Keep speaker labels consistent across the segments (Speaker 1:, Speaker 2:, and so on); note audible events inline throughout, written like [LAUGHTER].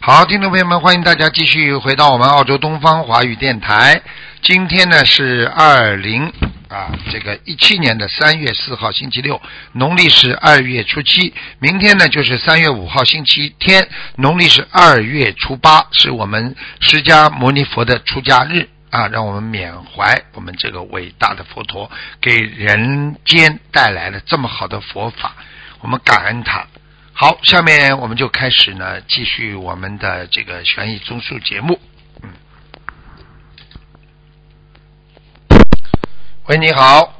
Speaker 1: 好，听众朋友们，欢迎大家继续回到我们澳洲东方华语电台。今天呢是二零啊，这个一七年的三月四号星期六，农历是二月初七。明天呢就是三月五号星期天，农历是二月初八，是我们释迦牟尼佛的出家日。啊，让我们缅怀我们这个伟大的佛陀给人间带来了这么好的佛法，我们感恩他。好，下面我们就开始呢，继续我们的这个悬疑综述节目。嗯，喂，你好，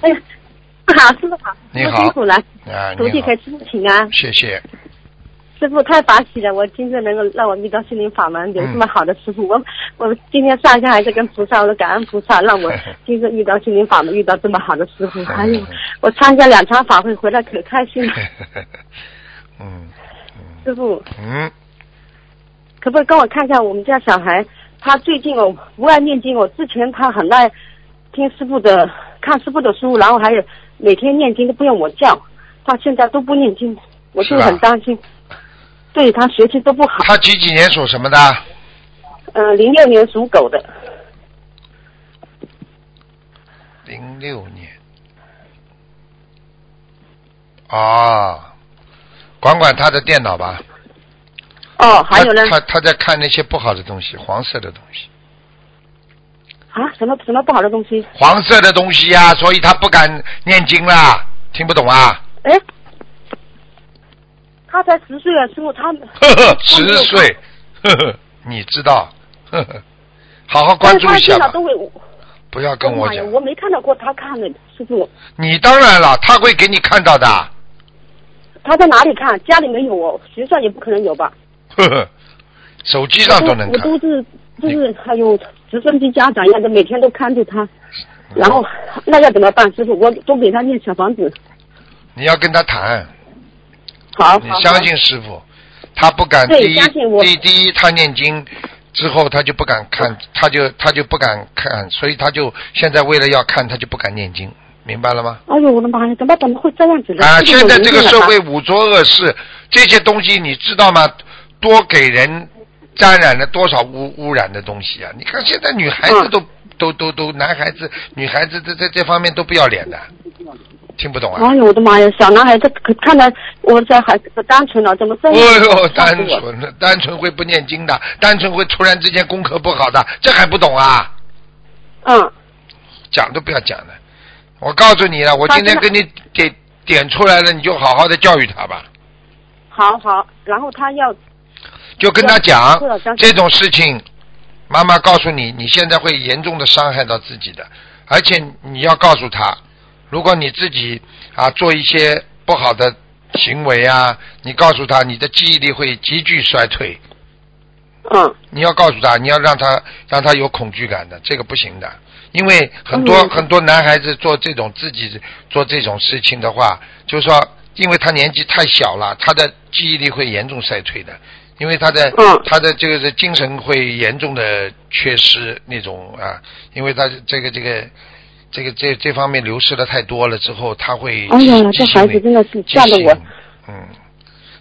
Speaker 2: 哎呀， [LAUGHS] 好，师傅好，
Speaker 1: 你
Speaker 2: 师傅
Speaker 1: 好
Speaker 2: 辛苦了，
Speaker 1: 啊，
Speaker 2: 徒弟
Speaker 1: 你好
Speaker 2: 给，师傅请安，
Speaker 1: 谢谢，
Speaker 2: 啊
Speaker 1: [LAUGHS]
Speaker 2: 师傅太法喜了，我今天能够让我遇到心灵法门，
Speaker 1: 嗯
Speaker 2: 有这么好的师傅，我我今天上下还是跟菩萨，我都感恩菩萨，
Speaker 1: [LAUGHS]
Speaker 2: 让我今天遇到心灵法门，遇到这么好的师傅，哎呦，我参加两场法会回来可开
Speaker 1: [LAUGHS]
Speaker 2: 心了，
Speaker 1: 嗯
Speaker 2: 师傅，
Speaker 1: 嗯，
Speaker 2: 可不可以跟我看一下我们家小孩？他最近哦不爱念经，我之前他很爱听师傅的看师傅的书，然后还有每天念经都不用我叫，到现在都不念经，我就是
Speaker 1: 吧
Speaker 2: 很担心。对他学习都不好，
Speaker 1: 他几几年属什么的？
Speaker 2: 嗯、呃，零六年属狗的，
Speaker 1: 零六年。啊，管管他的电脑吧。
Speaker 2: 哦，还有呢
Speaker 1: 他他他在看那些不好的东西，黄色的东西，
Speaker 2: 啊，什么什么不好的东西？
Speaker 1: 黄色的东西呀、所以他不敢念经啦，听不懂啊？
Speaker 2: 哎，他才十岁啊，师傅他
Speaker 1: 呵呵，十岁，呵呵，你知道， [LAUGHS] 呵呵，好好关注
Speaker 2: 他
Speaker 1: 一下
Speaker 2: 电脑
Speaker 1: 吧
Speaker 2: 都，会，
Speaker 1: 不要跟我
Speaker 2: 哎呀
Speaker 1: 讲。
Speaker 2: 我没看到过他看的师傅，
Speaker 1: 你当然了，他会给你看到的， [LAUGHS]
Speaker 2: 他在哪里看？家里没有哦，学校也不可能有吧？
Speaker 1: 呵呵，手机上都能
Speaker 2: 我
Speaker 1: 看。
Speaker 2: 都是就是还有直升机家长一样的，每天都看着他。然后
Speaker 1: 嗯
Speaker 2: 那要怎么办，师傅？我都给他念小房子。
Speaker 1: 你要跟他谈，
Speaker 2: 好，
Speaker 1: 你
Speaker 2: 好
Speaker 1: 相信师傅，他不敢
Speaker 2: 对
Speaker 1: 第一
Speaker 2: 相信我
Speaker 1: 第第一他念经之后他就不敢看，他就他就不敢看，所以他就现在为了要看他就不敢念经，明白了吗？
Speaker 2: 好。哎呦，我的妈呀！怎么怎么会这样子呢？
Speaker 1: 啊，
Speaker 2: 是不是
Speaker 1: 现在这个
Speaker 2: 有人
Speaker 1: 社
Speaker 2: 进来
Speaker 1: 会
Speaker 2: 吧，
Speaker 1: 五浊恶世，这些东西你知道吗？多给人沾染了多少污污染的东西啊！你看现在女孩子
Speaker 2: 嗯
Speaker 1: 都、都都都，男孩子、女孩子这这这方面都不要脸的，听不懂啊？
Speaker 2: 哎呦，我的妈呀！小男孩，这可看来我这孩子单纯了，怎么这
Speaker 1: 哦
Speaker 2: 样？
Speaker 1: 呦，单
Speaker 2: 吓死我了
Speaker 1: 纯的，单纯会不念经的，单纯会突然之间功课不好的，这还不懂啊？
Speaker 2: 嗯，
Speaker 1: 讲都不要讲了。我告诉你了，我今天
Speaker 2: 他
Speaker 1: 给
Speaker 2: 真
Speaker 1: 你点点出来了，你就好好的教育他吧，
Speaker 2: 好好。然后他要
Speaker 1: 就跟他讲
Speaker 2: 是的相信
Speaker 1: 这种事情，妈妈告诉你，你现在会严重的伤害到自己的，而且你要告诉他，如果你自己啊做一些不好的行为啊，你告诉他，你的记忆力会急剧衰退。
Speaker 2: 嗯
Speaker 1: 你要告诉他，你要让他让他有恐惧感的，这个不行的，因为很多、
Speaker 2: 嗯
Speaker 1: 很多男孩子做这种自己做这种事情的话，就是说，因为他年纪太小了，他的记忆力会严重衰退的，因为他的、
Speaker 2: 嗯
Speaker 1: 他的这个是精神会严重的缺失那种啊，因为他这个这个这个这这方面流失的太多了之后，他会
Speaker 2: 哎呀
Speaker 1: 记
Speaker 2: 这孩子
Speaker 1: 记性力
Speaker 2: 真的是吓得我
Speaker 1: 记性嗯，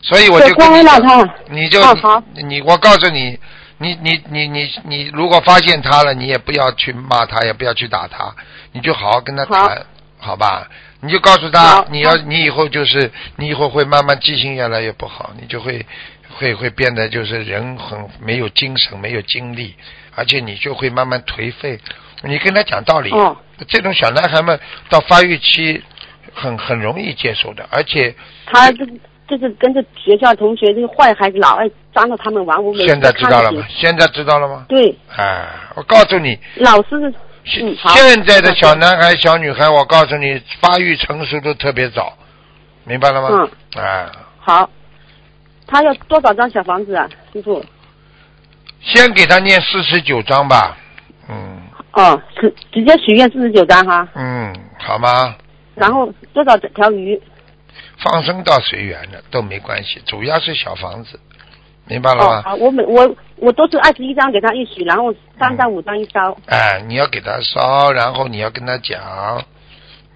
Speaker 1: 所以我
Speaker 2: 对
Speaker 1: 就跟
Speaker 2: 乖
Speaker 1: 你
Speaker 2: 了
Speaker 1: 讲
Speaker 2: 他
Speaker 1: 你就、
Speaker 2: 哦好
Speaker 1: 你你我告诉你，你你你你你如果发现他了，你也不要去骂他，也不要去打他，你就好好跟他
Speaker 2: 好
Speaker 1: 谈，好吧？你就告诉他
Speaker 2: 好，
Speaker 1: 你要
Speaker 2: 好
Speaker 1: 你以后就是你以后会慢慢记性越来越不好，你就会会会变得就是人很没有精神，没有精力，而且你就会慢慢颓废。你跟他讲道理，
Speaker 2: 哦
Speaker 1: 这种小男孩们到发育期很很容易接受的，而且
Speaker 2: 他这就是跟着学校同学，这个坏孩子老爱张罗他们玩，我每次
Speaker 1: 现在知道了
Speaker 2: 看着
Speaker 1: 吗？现在知道了吗？
Speaker 2: 对，
Speaker 1: 哎，我告诉你，
Speaker 2: 老师是
Speaker 1: 现
Speaker 2: 嗯好
Speaker 1: 现在的小男孩、小女孩，我告诉你，发育成熟都特别早，明白了吗？嗯。啊，
Speaker 2: 好。他要多少张小房子啊，师傅？
Speaker 1: 先给他念四十九章吧。嗯
Speaker 2: 哦，是直接许愿四十九张哈，
Speaker 1: 嗯，好吗？
Speaker 2: 然后多少条鱼？
Speaker 1: 放生到随缘的都没关系，主要是小房子，明白了
Speaker 2: 哦，
Speaker 1: 吗？
Speaker 2: 好，我每我我都是二十一张给他一许，然后三张五张一烧。
Speaker 1: 哎，你要给他烧，然后你要跟他讲，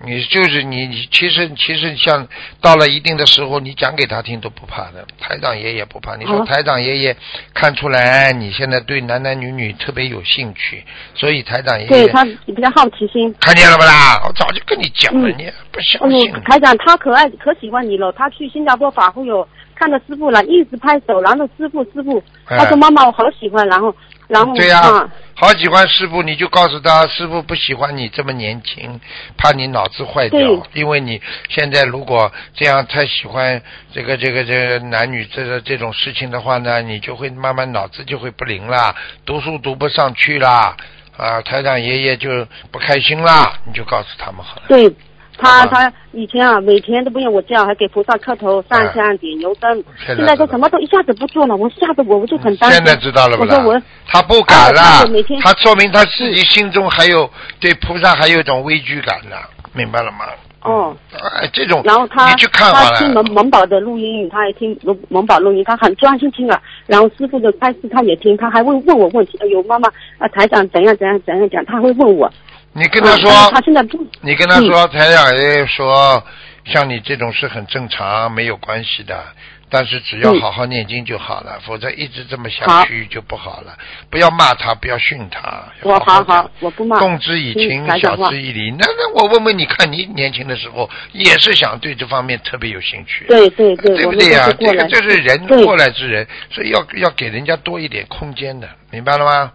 Speaker 1: 你就是你，你其实其实像到了一定的时候，你讲给他听都不怕的。台长爷爷不怕，你说
Speaker 2: 哦
Speaker 1: 台长爷爷看出来你现在对男男女女特别有兴趣，所以台长爷
Speaker 2: 对
Speaker 1: 爷
Speaker 2: 他比较好奇心。
Speaker 1: 看见了不啦？我早就跟你讲了，
Speaker 2: 嗯
Speaker 1: 你也不相信。
Speaker 2: 嗯，台长他可爱可喜欢你了。他去新加坡法会有看到师傅了，一直拍手，然后师傅师傅，他
Speaker 1: 哎
Speaker 2: 说妈妈我好喜欢，然后然后
Speaker 1: 对呀、
Speaker 2: 啊
Speaker 1: 好喜欢师傅，你就告诉他，师傅不喜欢你这么年轻，怕你脑子坏掉
Speaker 2: 对，
Speaker 1: 因为你现在如果这样太喜欢这个这个这个男女这个这种事情的话呢，你就会慢慢脑子就会不灵啦，读书读不上去啦，啊，台长爷爷就不开心啦，你就告诉他们好了。
Speaker 2: 对。他
Speaker 1: 好吧
Speaker 2: 他以前啊，每天都不用我叫，还给菩萨磕头、上香、点油灯。
Speaker 1: 哎现
Speaker 2: 现
Speaker 1: 在
Speaker 2: 在都什么都一下子不做了，我吓得我我就很担心。
Speaker 1: 嗯现在知道了不
Speaker 2: 我说
Speaker 1: 啦
Speaker 2: 我？
Speaker 1: 他不敢
Speaker 2: 啊
Speaker 1: 啦
Speaker 2: 他每天，
Speaker 1: 他说明他自己心中还有对菩萨还有一种畏惧感呢，明白了吗？
Speaker 2: 哦，
Speaker 1: 哎，这种，
Speaker 2: 然后他
Speaker 1: 你去看好
Speaker 2: 他听
Speaker 1: 了
Speaker 2: 蒙。蒙宝的录音，他也听蒙蒙宝录音，他很专心听啊。然后师傅的开示他也听，他还问问我问题，哎呦妈妈啊台长怎样怎样怎样讲，他会问我。
Speaker 1: 你跟他说，
Speaker 2: 啊他现在不
Speaker 1: 你跟他
Speaker 2: 嗯
Speaker 1: 说，台长爷爷说，像你这种是很正常，没有关系的。但是只要
Speaker 2: 嗯
Speaker 1: 好好念经就好了，否则一直这么下去就不好了。不要骂他，不要训他。
Speaker 2: 我
Speaker 1: 好
Speaker 2: 好
Speaker 1: 讲
Speaker 2: 好，我不骂。
Speaker 1: 动之以情
Speaker 2: 嗯，台
Speaker 1: 晓
Speaker 2: 长话
Speaker 1: 之以理。那那我问问你，看你年轻的时候也是想对这方面特别有兴趣，
Speaker 2: 对对对，
Speaker 1: 对
Speaker 2: 我
Speaker 1: 不
Speaker 2: 们都
Speaker 1: 对呀、
Speaker 2: 是过
Speaker 1: 这个
Speaker 2: 来。
Speaker 1: 这是人
Speaker 2: 对
Speaker 1: 过来之人，所以要要给人家多一点空间的，明白了吗？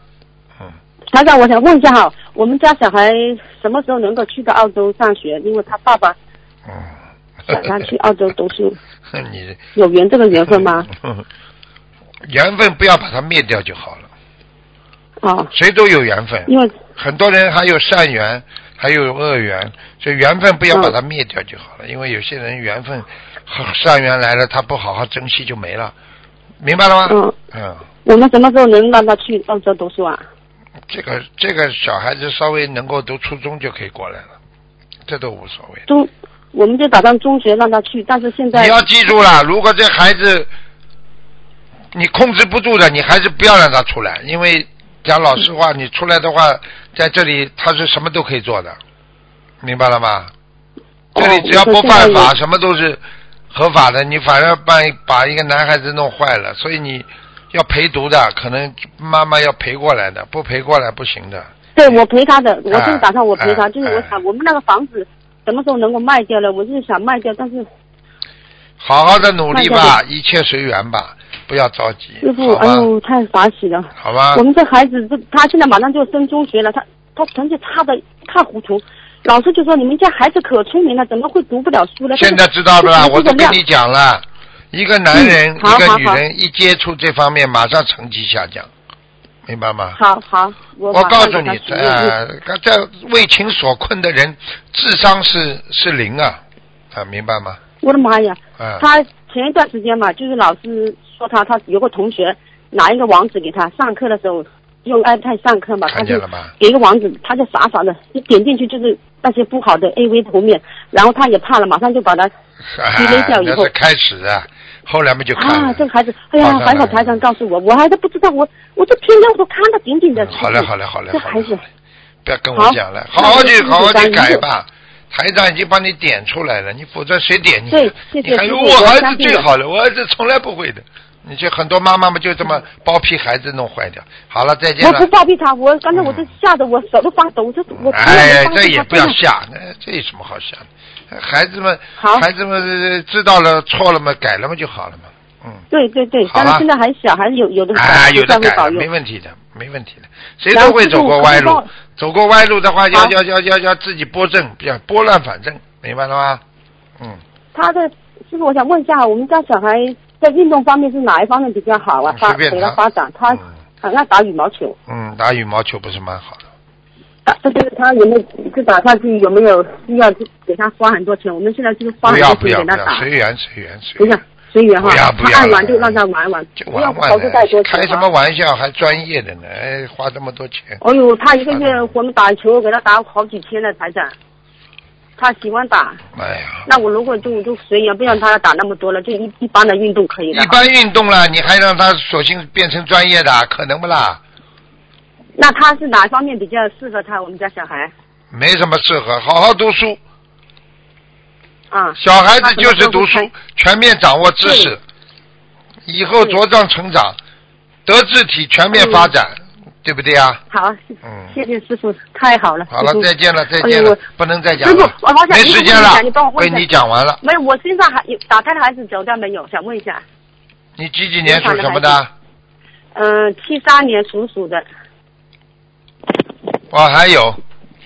Speaker 1: 嗯，
Speaker 2: 台长，我想问一下哈，我们家小孩什么时候能够去到澳洲上学？因为他爸爸想
Speaker 1: 嗯，
Speaker 2: 他去澳洲读书，
Speaker 1: [LAUGHS] 你
Speaker 2: 有缘这个缘分吗？？
Speaker 1: [LAUGHS] 缘分不要把它灭掉就好了，
Speaker 2: 哦，
Speaker 1: 谁都有缘分，
Speaker 2: 因为
Speaker 1: 很多人还有善缘，还有恶缘，所以缘分不要把它灭掉就好了。因为有些人缘分善缘来了，他不好好珍惜就没了，明白了吗？
Speaker 2: 嗯，
Speaker 1: 嗯，
Speaker 2: 我们什么时候能让他去澳洲读书啊？
Speaker 1: 这个这个小孩子稍微能够读初中就可以过来了，这都无所谓。
Speaker 2: 中，我们就打算中学让他去，但是现在哦
Speaker 1: 你要记住了，如果这孩子你控制不住的，你还是不要让他出来，因为讲老实
Speaker 2: 嗯
Speaker 1: 话，你出来的话，在这里他是什么都可以做的，明白了吗？
Speaker 2: 哦
Speaker 1: 这里只要不犯
Speaker 2: 我说现在
Speaker 1: 法，
Speaker 2: 有
Speaker 1: 什么都是合法的，你反而把把一个男孩子弄坏了，所以你要陪读的，可能妈妈要陪过来的，不陪过来不行的。
Speaker 2: 对我陪他的，我就是打算我陪他，
Speaker 1: 哎
Speaker 2: 就是我
Speaker 1: 哎
Speaker 2: 想我们那个房子什么时候能够卖掉了，我就是想卖掉，但是
Speaker 1: 好好的努力吧
Speaker 2: 那，
Speaker 1: 一切随缘吧，不要着急
Speaker 2: 师，傅
Speaker 1: 好，
Speaker 2: 哎
Speaker 1: 吧？
Speaker 2: 呦，太法喜了。
Speaker 1: 好吧
Speaker 2: 我。们这孩子，这他现在马上就升中学了，他他成绩差的一塌糊涂，老师就说你们家孩子可聪明了，怎么会读不了书呢？
Speaker 1: 现在知道不
Speaker 2: 不
Speaker 1: 啦？我都跟你讲了，一个男人、
Speaker 2: 嗯好
Speaker 1: 一个
Speaker 2: 好
Speaker 1: 女
Speaker 2: 好
Speaker 1: 人一接触这方面，马上成绩下降，明白吗？
Speaker 2: 好好，我
Speaker 1: 我
Speaker 2: 马
Speaker 1: 告
Speaker 2: 上
Speaker 1: 诉
Speaker 2: 给他嗯
Speaker 1: 你，
Speaker 2: 许愿
Speaker 1: 呃，在为情所困的人，智商是是零啊，啊，明白吗？
Speaker 2: 我的妈呀！
Speaker 1: 啊，
Speaker 2: 他前一段时间嘛，就是老师说他，他有个同学拿一个网址给他，上课的时候用 iPad 上课嘛，他
Speaker 1: 看
Speaker 2: 就
Speaker 1: 见了吧？
Speaker 2: 给一个网址，他就傻傻的，一点进去就是那些不好的 AV 图面，然后他也怕了，马上就把他低微笑以
Speaker 1: 那
Speaker 2: 后
Speaker 1: 是开始啊，后来嘛就看了。
Speaker 2: 啊，这个孩子，哎呀
Speaker 1: 好，的
Speaker 2: 还好台长告诉我，我还是不知道，我我这天天我都看得紧紧的。
Speaker 1: 好嘞，好嘞，好嘞，
Speaker 2: 这
Speaker 1: 好
Speaker 2: 孩
Speaker 1: 嘞
Speaker 2: 子，
Speaker 1: 不要跟我
Speaker 2: 好
Speaker 1: 讲了，好
Speaker 2: 那
Speaker 1: 好
Speaker 2: 我
Speaker 1: 去
Speaker 2: 就
Speaker 1: 好好
Speaker 2: 自己
Speaker 1: 去
Speaker 2: 找
Speaker 1: 改
Speaker 2: 一个
Speaker 1: 吧。台长已经帮你点出来了，你否则谁点你？
Speaker 2: 对谢谢
Speaker 1: 你还
Speaker 2: 师
Speaker 1: 有
Speaker 2: 傅
Speaker 1: 我
Speaker 2: 我
Speaker 1: 儿
Speaker 2: 相
Speaker 1: 子
Speaker 2: 信
Speaker 1: 最
Speaker 2: 了
Speaker 1: 好了，我儿子从来不会的。你这很多妈妈们就这么包庇孩子弄坏掉。好了，再见
Speaker 2: 我
Speaker 1: 了
Speaker 2: 不。包庇他，我刚才
Speaker 1: 嗯
Speaker 2: 我这吓得我手都发抖，我这我从来
Speaker 1: 哎
Speaker 2: 没，发
Speaker 1: 这
Speaker 2: 现
Speaker 1: 也
Speaker 2: 他
Speaker 1: 不要
Speaker 2: 真的
Speaker 1: 吓，那这有什么好吓的？孩子们，
Speaker 2: 好
Speaker 1: 孩子们呃知道了错了嘛，改了嘛就好了嘛。嗯，
Speaker 2: 对对对，
Speaker 1: 好
Speaker 2: 但
Speaker 1: 了
Speaker 2: 是现在还小，还是有有的
Speaker 1: 啊，有
Speaker 2: 在
Speaker 1: 的
Speaker 2: 会
Speaker 1: 改
Speaker 2: 保
Speaker 1: 了，
Speaker 2: 佑
Speaker 1: 没。问题的，没问题的，谁
Speaker 2: 然
Speaker 1: 都
Speaker 2: 后
Speaker 1: 会
Speaker 2: 师
Speaker 1: 走
Speaker 2: 傅
Speaker 1: 过
Speaker 2: 可
Speaker 1: 歪
Speaker 2: 以帮
Speaker 1: 路
Speaker 2: 我，
Speaker 1: 走过歪路的话，要
Speaker 2: 好
Speaker 1: 要要要要自己拨正，不要拨乱反正，明白了吗？嗯，
Speaker 2: 他的师傅，我想问一下，我们家小孩在运动方面是哪一方面比较好啊？
Speaker 1: 嗯
Speaker 2: 发
Speaker 1: 随便
Speaker 2: 给
Speaker 1: 他
Speaker 2: 他发展，他
Speaker 1: 嗯
Speaker 2: 很爱打羽毛球，
Speaker 1: 嗯，打羽毛球不是蛮好的？
Speaker 2: 打这就是他有没有就打下去有没有需要给他花很多钱？我们现在就是花
Speaker 1: 不
Speaker 2: 很
Speaker 1: 要
Speaker 2: 多
Speaker 1: 不
Speaker 2: 钱
Speaker 1: 要
Speaker 2: 给
Speaker 1: 不
Speaker 2: 他
Speaker 1: 要，
Speaker 2: 打，
Speaker 1: 随缘随缘随
Speaker 2: 不是
Speaker 1: 缘，
Speaker 2: 随缘哈
Speaker 1: 不要，不要
Speaker 2: 他爱玩就让他玩玩，
Speaker 1: 就
Speaker 2: 不要
Speaker 1: 玩玩
Speaker 2: 投资太多
Speaker 1: 开
Speaker 2: 钱
Speaker 1: 什么
Speaker 2: 花。
Speaker 1: 玩笑？还专业的呢，哎，花这么多钱，
Speaker 2: 哎呦，他一个
Speaker 1: 哎
Speaker 2: 月我们打球给他打好几千了才展，他喜欢打。
Speaker 1: 哎呀。
Speaker 2: 那我如果就就随缘，不让他打那么多了，就一一般的运动可以了
Speaker 1: 一。般运动了，你还让他索性变成专业的，可能不啦？
Speaker 2: 那他是哪方面比较适合他？我们家小孩
Speaker 1: 没什么适合，好好读书，
Speaker 2: 啊。
Speaker 1: 小孩子就是读书，全面掌握知识，以后茁壮成长，德智体全面发展，对不对啊？
Speaker 2: 好，
Speaker 1: 嗯，
Speaker 2: 谢谢师傅，太好了。
Speaker 1: 好了
Speaker 2: 师，傅
Speaker 1: 再见了，再
Speaker 2: 哎
Speaker 1: 见
Speaker 2: 呦
Speaker 1: 了
Speaker 2: 我，
Speaker 1: 不能再讲
Speaker 2: 师傅
Speaker 1: 了
Speaker 2: 我好，想
Speaker 1: 没时间了
Speaker 2: 你帮我，问一
Speaker 1: 被
Speaker 2: 下
Speaker 1: 你讲完了。
Speaker 2: 没有，我身上还有打胎的孩子走掉没有？想问一下，
Speaker 1: 你几几年属什么的？
Speaker 2: 嗯、七三年属鼠的，
Speaker 1: 哦，还有，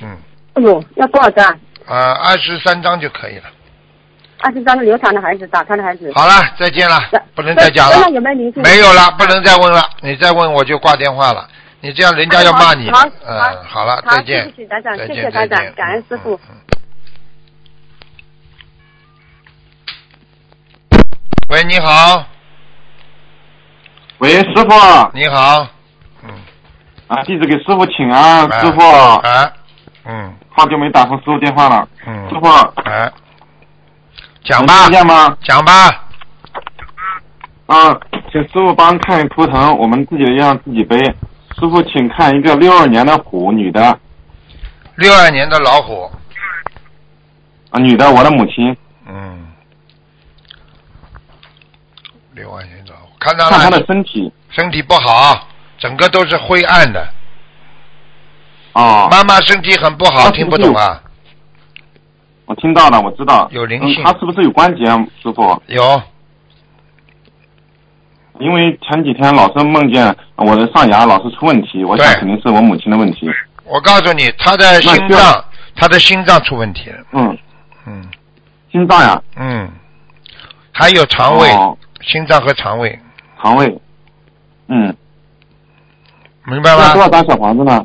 Speaker 1: 嗯，
Speaker 2: 哎呦，要多少张？
Speaker 1: 啊，二十三张就可以了。
Speaker 2: 二十张的流产的孩子，打胎的孩子。
Speaker 1: 好了，再见了，不能再讲了
Speaker 2: 身，上有没有灵性？
Speaker 1: 没有了，不能再问了，你再问我就挂电话了，你这样人家要骂你
Speaker 2: 好好。
Speaker 1: 嗯，好了，
Speaker 2: 好
Speaker 1: 再见
Speaker 2: 谢，谢台长
Speaker 1: 再
Speaker 2: 谢
Speaker 1: 见，再
Speaker 2: 谢台长
Speaker 1: 见，
Speaker 2: 感恩师傅
Speaker 1: 嗯。嗯嗯喂，你好，
Speaker 3: 喂，师傅啊，
Speaker 1: 你好，嗯，
Speaker 3: 弟子给师傅请安。
Speaker 1: 哎
Speaker 3: 师傅，
Speaker 1: 哎，嗯
Speaker 3: 好久没打通师傅电话了。
Speaker 1: 嗯
Speaker 3: 师，傅，
Speaker 1: 哎，讲
Speaker 3: 能
Speaker 1: 吧
Speaker 3: 听，见吗？
Speaker 1: 讲吧，
Speaker 3: 啊，请师傅帮看图腾，我们自己的药自己背。师傅，请看一个六二年的虎，女的
Speaker 1: 六二年的老虎，
Speaker 3: 啊，女的，我的母亲，
Speaker 1: 嗯，六二年的老虎，看到
Speaker 3: 看她
Speaker 1: 了
Speaker 3: 的，身体。
Speaker 1: 身体不好，整个都是灰暗的。
Speaker 3: 哦，
Speaker 1: 妈妈身体很不好，
Speaker 3: 啊
Speaker 1: 听不懂啊？
Speaker 3: 我听到了，我知道。
Speaker 1: 有灵
Speaker 3: 嗯
Speaker 1: 性
Speaker 3: 她是不是有关节啊，师傅？
Speaker 1: 有，
Speaker 3: 因为前几天老是梦见我的上牙老是出问题，我想
Speaker 1: 对
Speaker 3: 肯定是我母亲的问题。
Speaker 1: 我告诉你，他的
Speaker 3: 那
Speaker 1: 心
Speaker 3: 需
Speaker 1: 脏
Speaker 3: 要，
Speaker 1: 他的心脏出问题了，
Speaker 3: 嗯，
Speaker 1: 嗯
Speaker 3: 心脏呀，
Speaker 1: 嗯，还有肠胃，
Speaker 3: 哦，
Speaker 1: 心脏和肠胃，
Speaker 3: 肠胃，嗯。
Speaker 1: 明白
Speaker 3: 那
Speaker 1: 吗？
Speaker 3: 多少张小房子呢？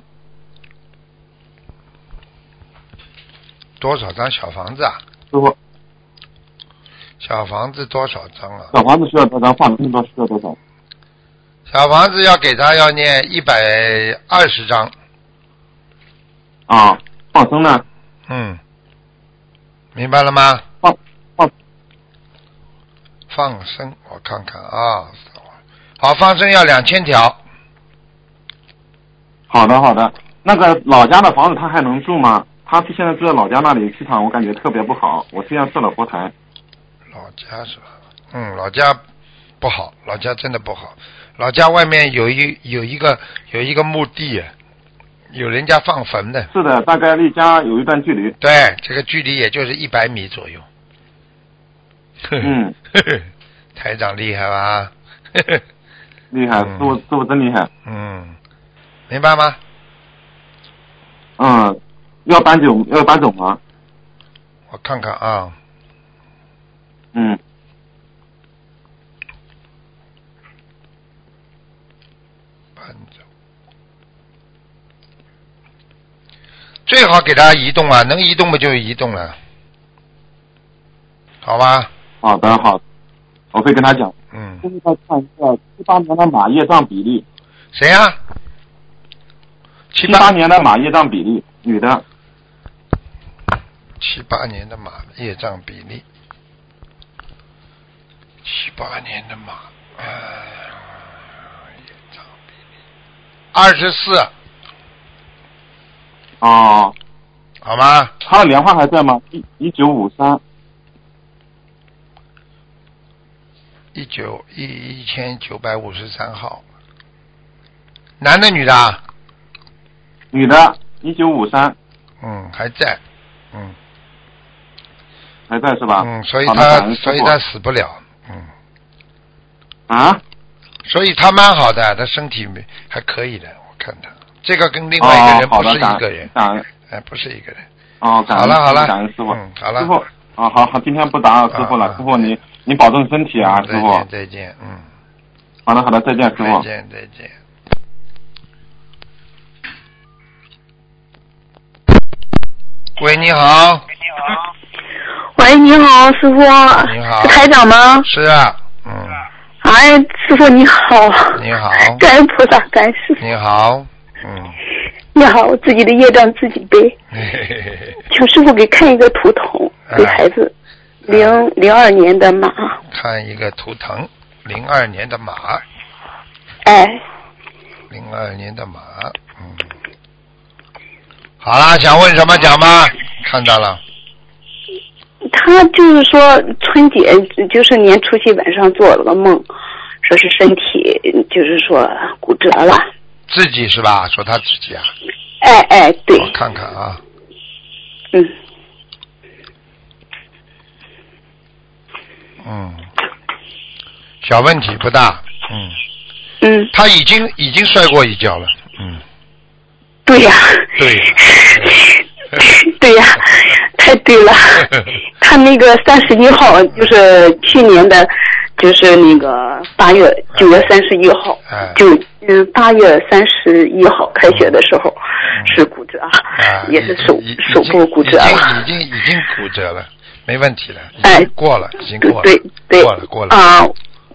Speaker 1: 多少张小房子啊？
Speaker 3: 师傅，
Speaker 1: 小房子多少张啊？
Speaker 3: 小房子需要多少张？放生多需要多少？
Speaker 1: 小房子要给他要念一百二十张，
Speaker 3: 啊，放生呢？
Speaker 1: 嗯，明白了吗？
Speaker 3: 放放
Speaker 1: 放生，我看看啊，好，放生要两千条，
Speaker 3: 好的好的。那个老家的房子他还能住吗？他现在住在老家那里，气场我感觉特别不好。我虽然设了佛台，
Speaker 1: 老家是吧？嗯，老家不好，老家真的不好。老家外面有一有一个有一个墓地，啊有人家放坟的。
Speaker 3: 是的，大概离家有一段距离。
Speaker 1: 对，这个距离也就是一百米左右。呵呵
Speaker 3: 嗯，
Speaker 1: 呵呵 [LAUGHS] 台长厉害吧？ [LAUGHS] 呵呵
Speaker 3: 厉害，
Speaker 1: 嗯
Speaker 3: 师傅师傅真厉害。
Speaker 1: 嗯，明白吗？
Speaker 3: 嗯，要搬走要搬走吗？
Speaker 1: 我看看啊，
Speaker 3: 嗯，
Speaker 1: 搬走。最好给他移动啊，能移动嘛就移动了，好吧？
Speaker 3: 好的好的，我会跟他讲。
Speaker 1: 嗯，
Speaker 3: 师傅再看一下七八年的马业障比例，
Speaker 1: 谁呀、七
Speaker 3: 七
Speaker 1: 八
Speaker 3: 八年的马业障比例，女的。
Speaker 1: 七八年的马业障比例，七八年的马，呃、业障比例二十四，
Speaker 3: 哦，
Speaker 1: 好吗？
Speaker 3: 他的莲花还在吗？一一九五三，
Speaker 1: 一九一一千九百五十三号，男的女的啊？
Speaker 3: 女的，一九五三
Speaker 1: 嗯，还在，嗯
Speaker 3: 还在是吧？
Speaker 1: 嗯，所以
Speaker 3: 好的感
Speaker 1: 他
Speaker 3: 恩师
Speaker 1: 所以
Speaker 3: 傅
Speaker 1: 他死不了，嗯，
Speaker 3: 啊，
Speaker 1: 所以他蛮好的，他身体没还可以的，我看他这个跟另外一个人
Speaker 3: 哦、好
Speaker 1: 不
Speaker 3: 的
Speaker 1: 是一个人，
Speaker 3: 感恩
Speaker 1: 哎，不是一个人。
Speaker 3: 哦，感
Speaker 1: 好
Speaker 3: 恩
Speaker 1: 了好了，
Speaker 3: 感恩师傅，
Speaker 1: 嗯，好了，
Speaker 3: 师傅啊，好好，今天不打扰师傅了，
Speaker 1: 啊
Speaker 3: 师傅你你保重身体啊，
Speaker 1: 嗯
Speaker 3: 师傅，
Speaker 1: 再见再见，嗯，
Speaker 3: 好的好的，再见师傅，
Speaker 1: 再见再见。喂，你好，
Speaker 4: 喂，你好，师傅。
Speaker 1: 你好
Speaker 4: 是台长吗？
Speaker 1: 是啊，嗯，
Speaker 4: 哎，师傅你好。
Speaker 1: 你好
Speaker 4: [LAUGHS] 感恩菩萨，感恩师傅。
Speaker 1: 你好，嗯， [LAUGHS]
Speaker 4: 你好，我自己的业障自己背，
Speaker 1: 嘿嘿嘿嘿
Speaker 4: 请师傅给看一个图腾，
Speaker 1: 哎
Speaker 4: 给孩子，零零二年的马，
Speaker 1: 看一个图腾，零二年的马，
Speaker 4: 哎，
Speaker 1: 零二年的马，嗯，好啦，想问什么讲吧，看到了，
Speaker 4: 他就是说春节就是年除夕晚上做了个梦，说是身体就是说骨折了。
Speaker 1: 自己是吧？说他自己啊，
Speaker 4: 哎哎，对，
Speaker 1: 我看看啊，
Speaker 4: 嗯，
Speaker 1: 嗯，小问题不大，嗯，
Speaker 4: 嗯，
Speaker 1: 他已经已经摔过一跤了，嗯，
Speaker 4: 对呀、
Speaker 1: 对呀
Speaker 4: [LAUGHS] 对呀、太对
Speaker 1: [LAUGHS]
Speaker 4: 了。他那个三十一号就是去年的，就是那个八月九月三十一号
Speaker 1: 哎，
Speaker 4: 就嗯八月三十一号开学的时候是骨折，
Speaker 1: 嗯啊，
Speaker 4: 也是手
Speaker 1: 已已
Speaker 4: 手部骨折
Speaker 1: 已
Speaker 4: 了。
Speaker 1: 经已经已经骨折了，没问题了，已
Speaker 4: 哎
Speaker 1: 经过了，已经
Speaker 4: 对
Speaker 1: 过了，
Speaker 4: 对对，
Speaker 1: 过了过了，
Speaker 4: 啊，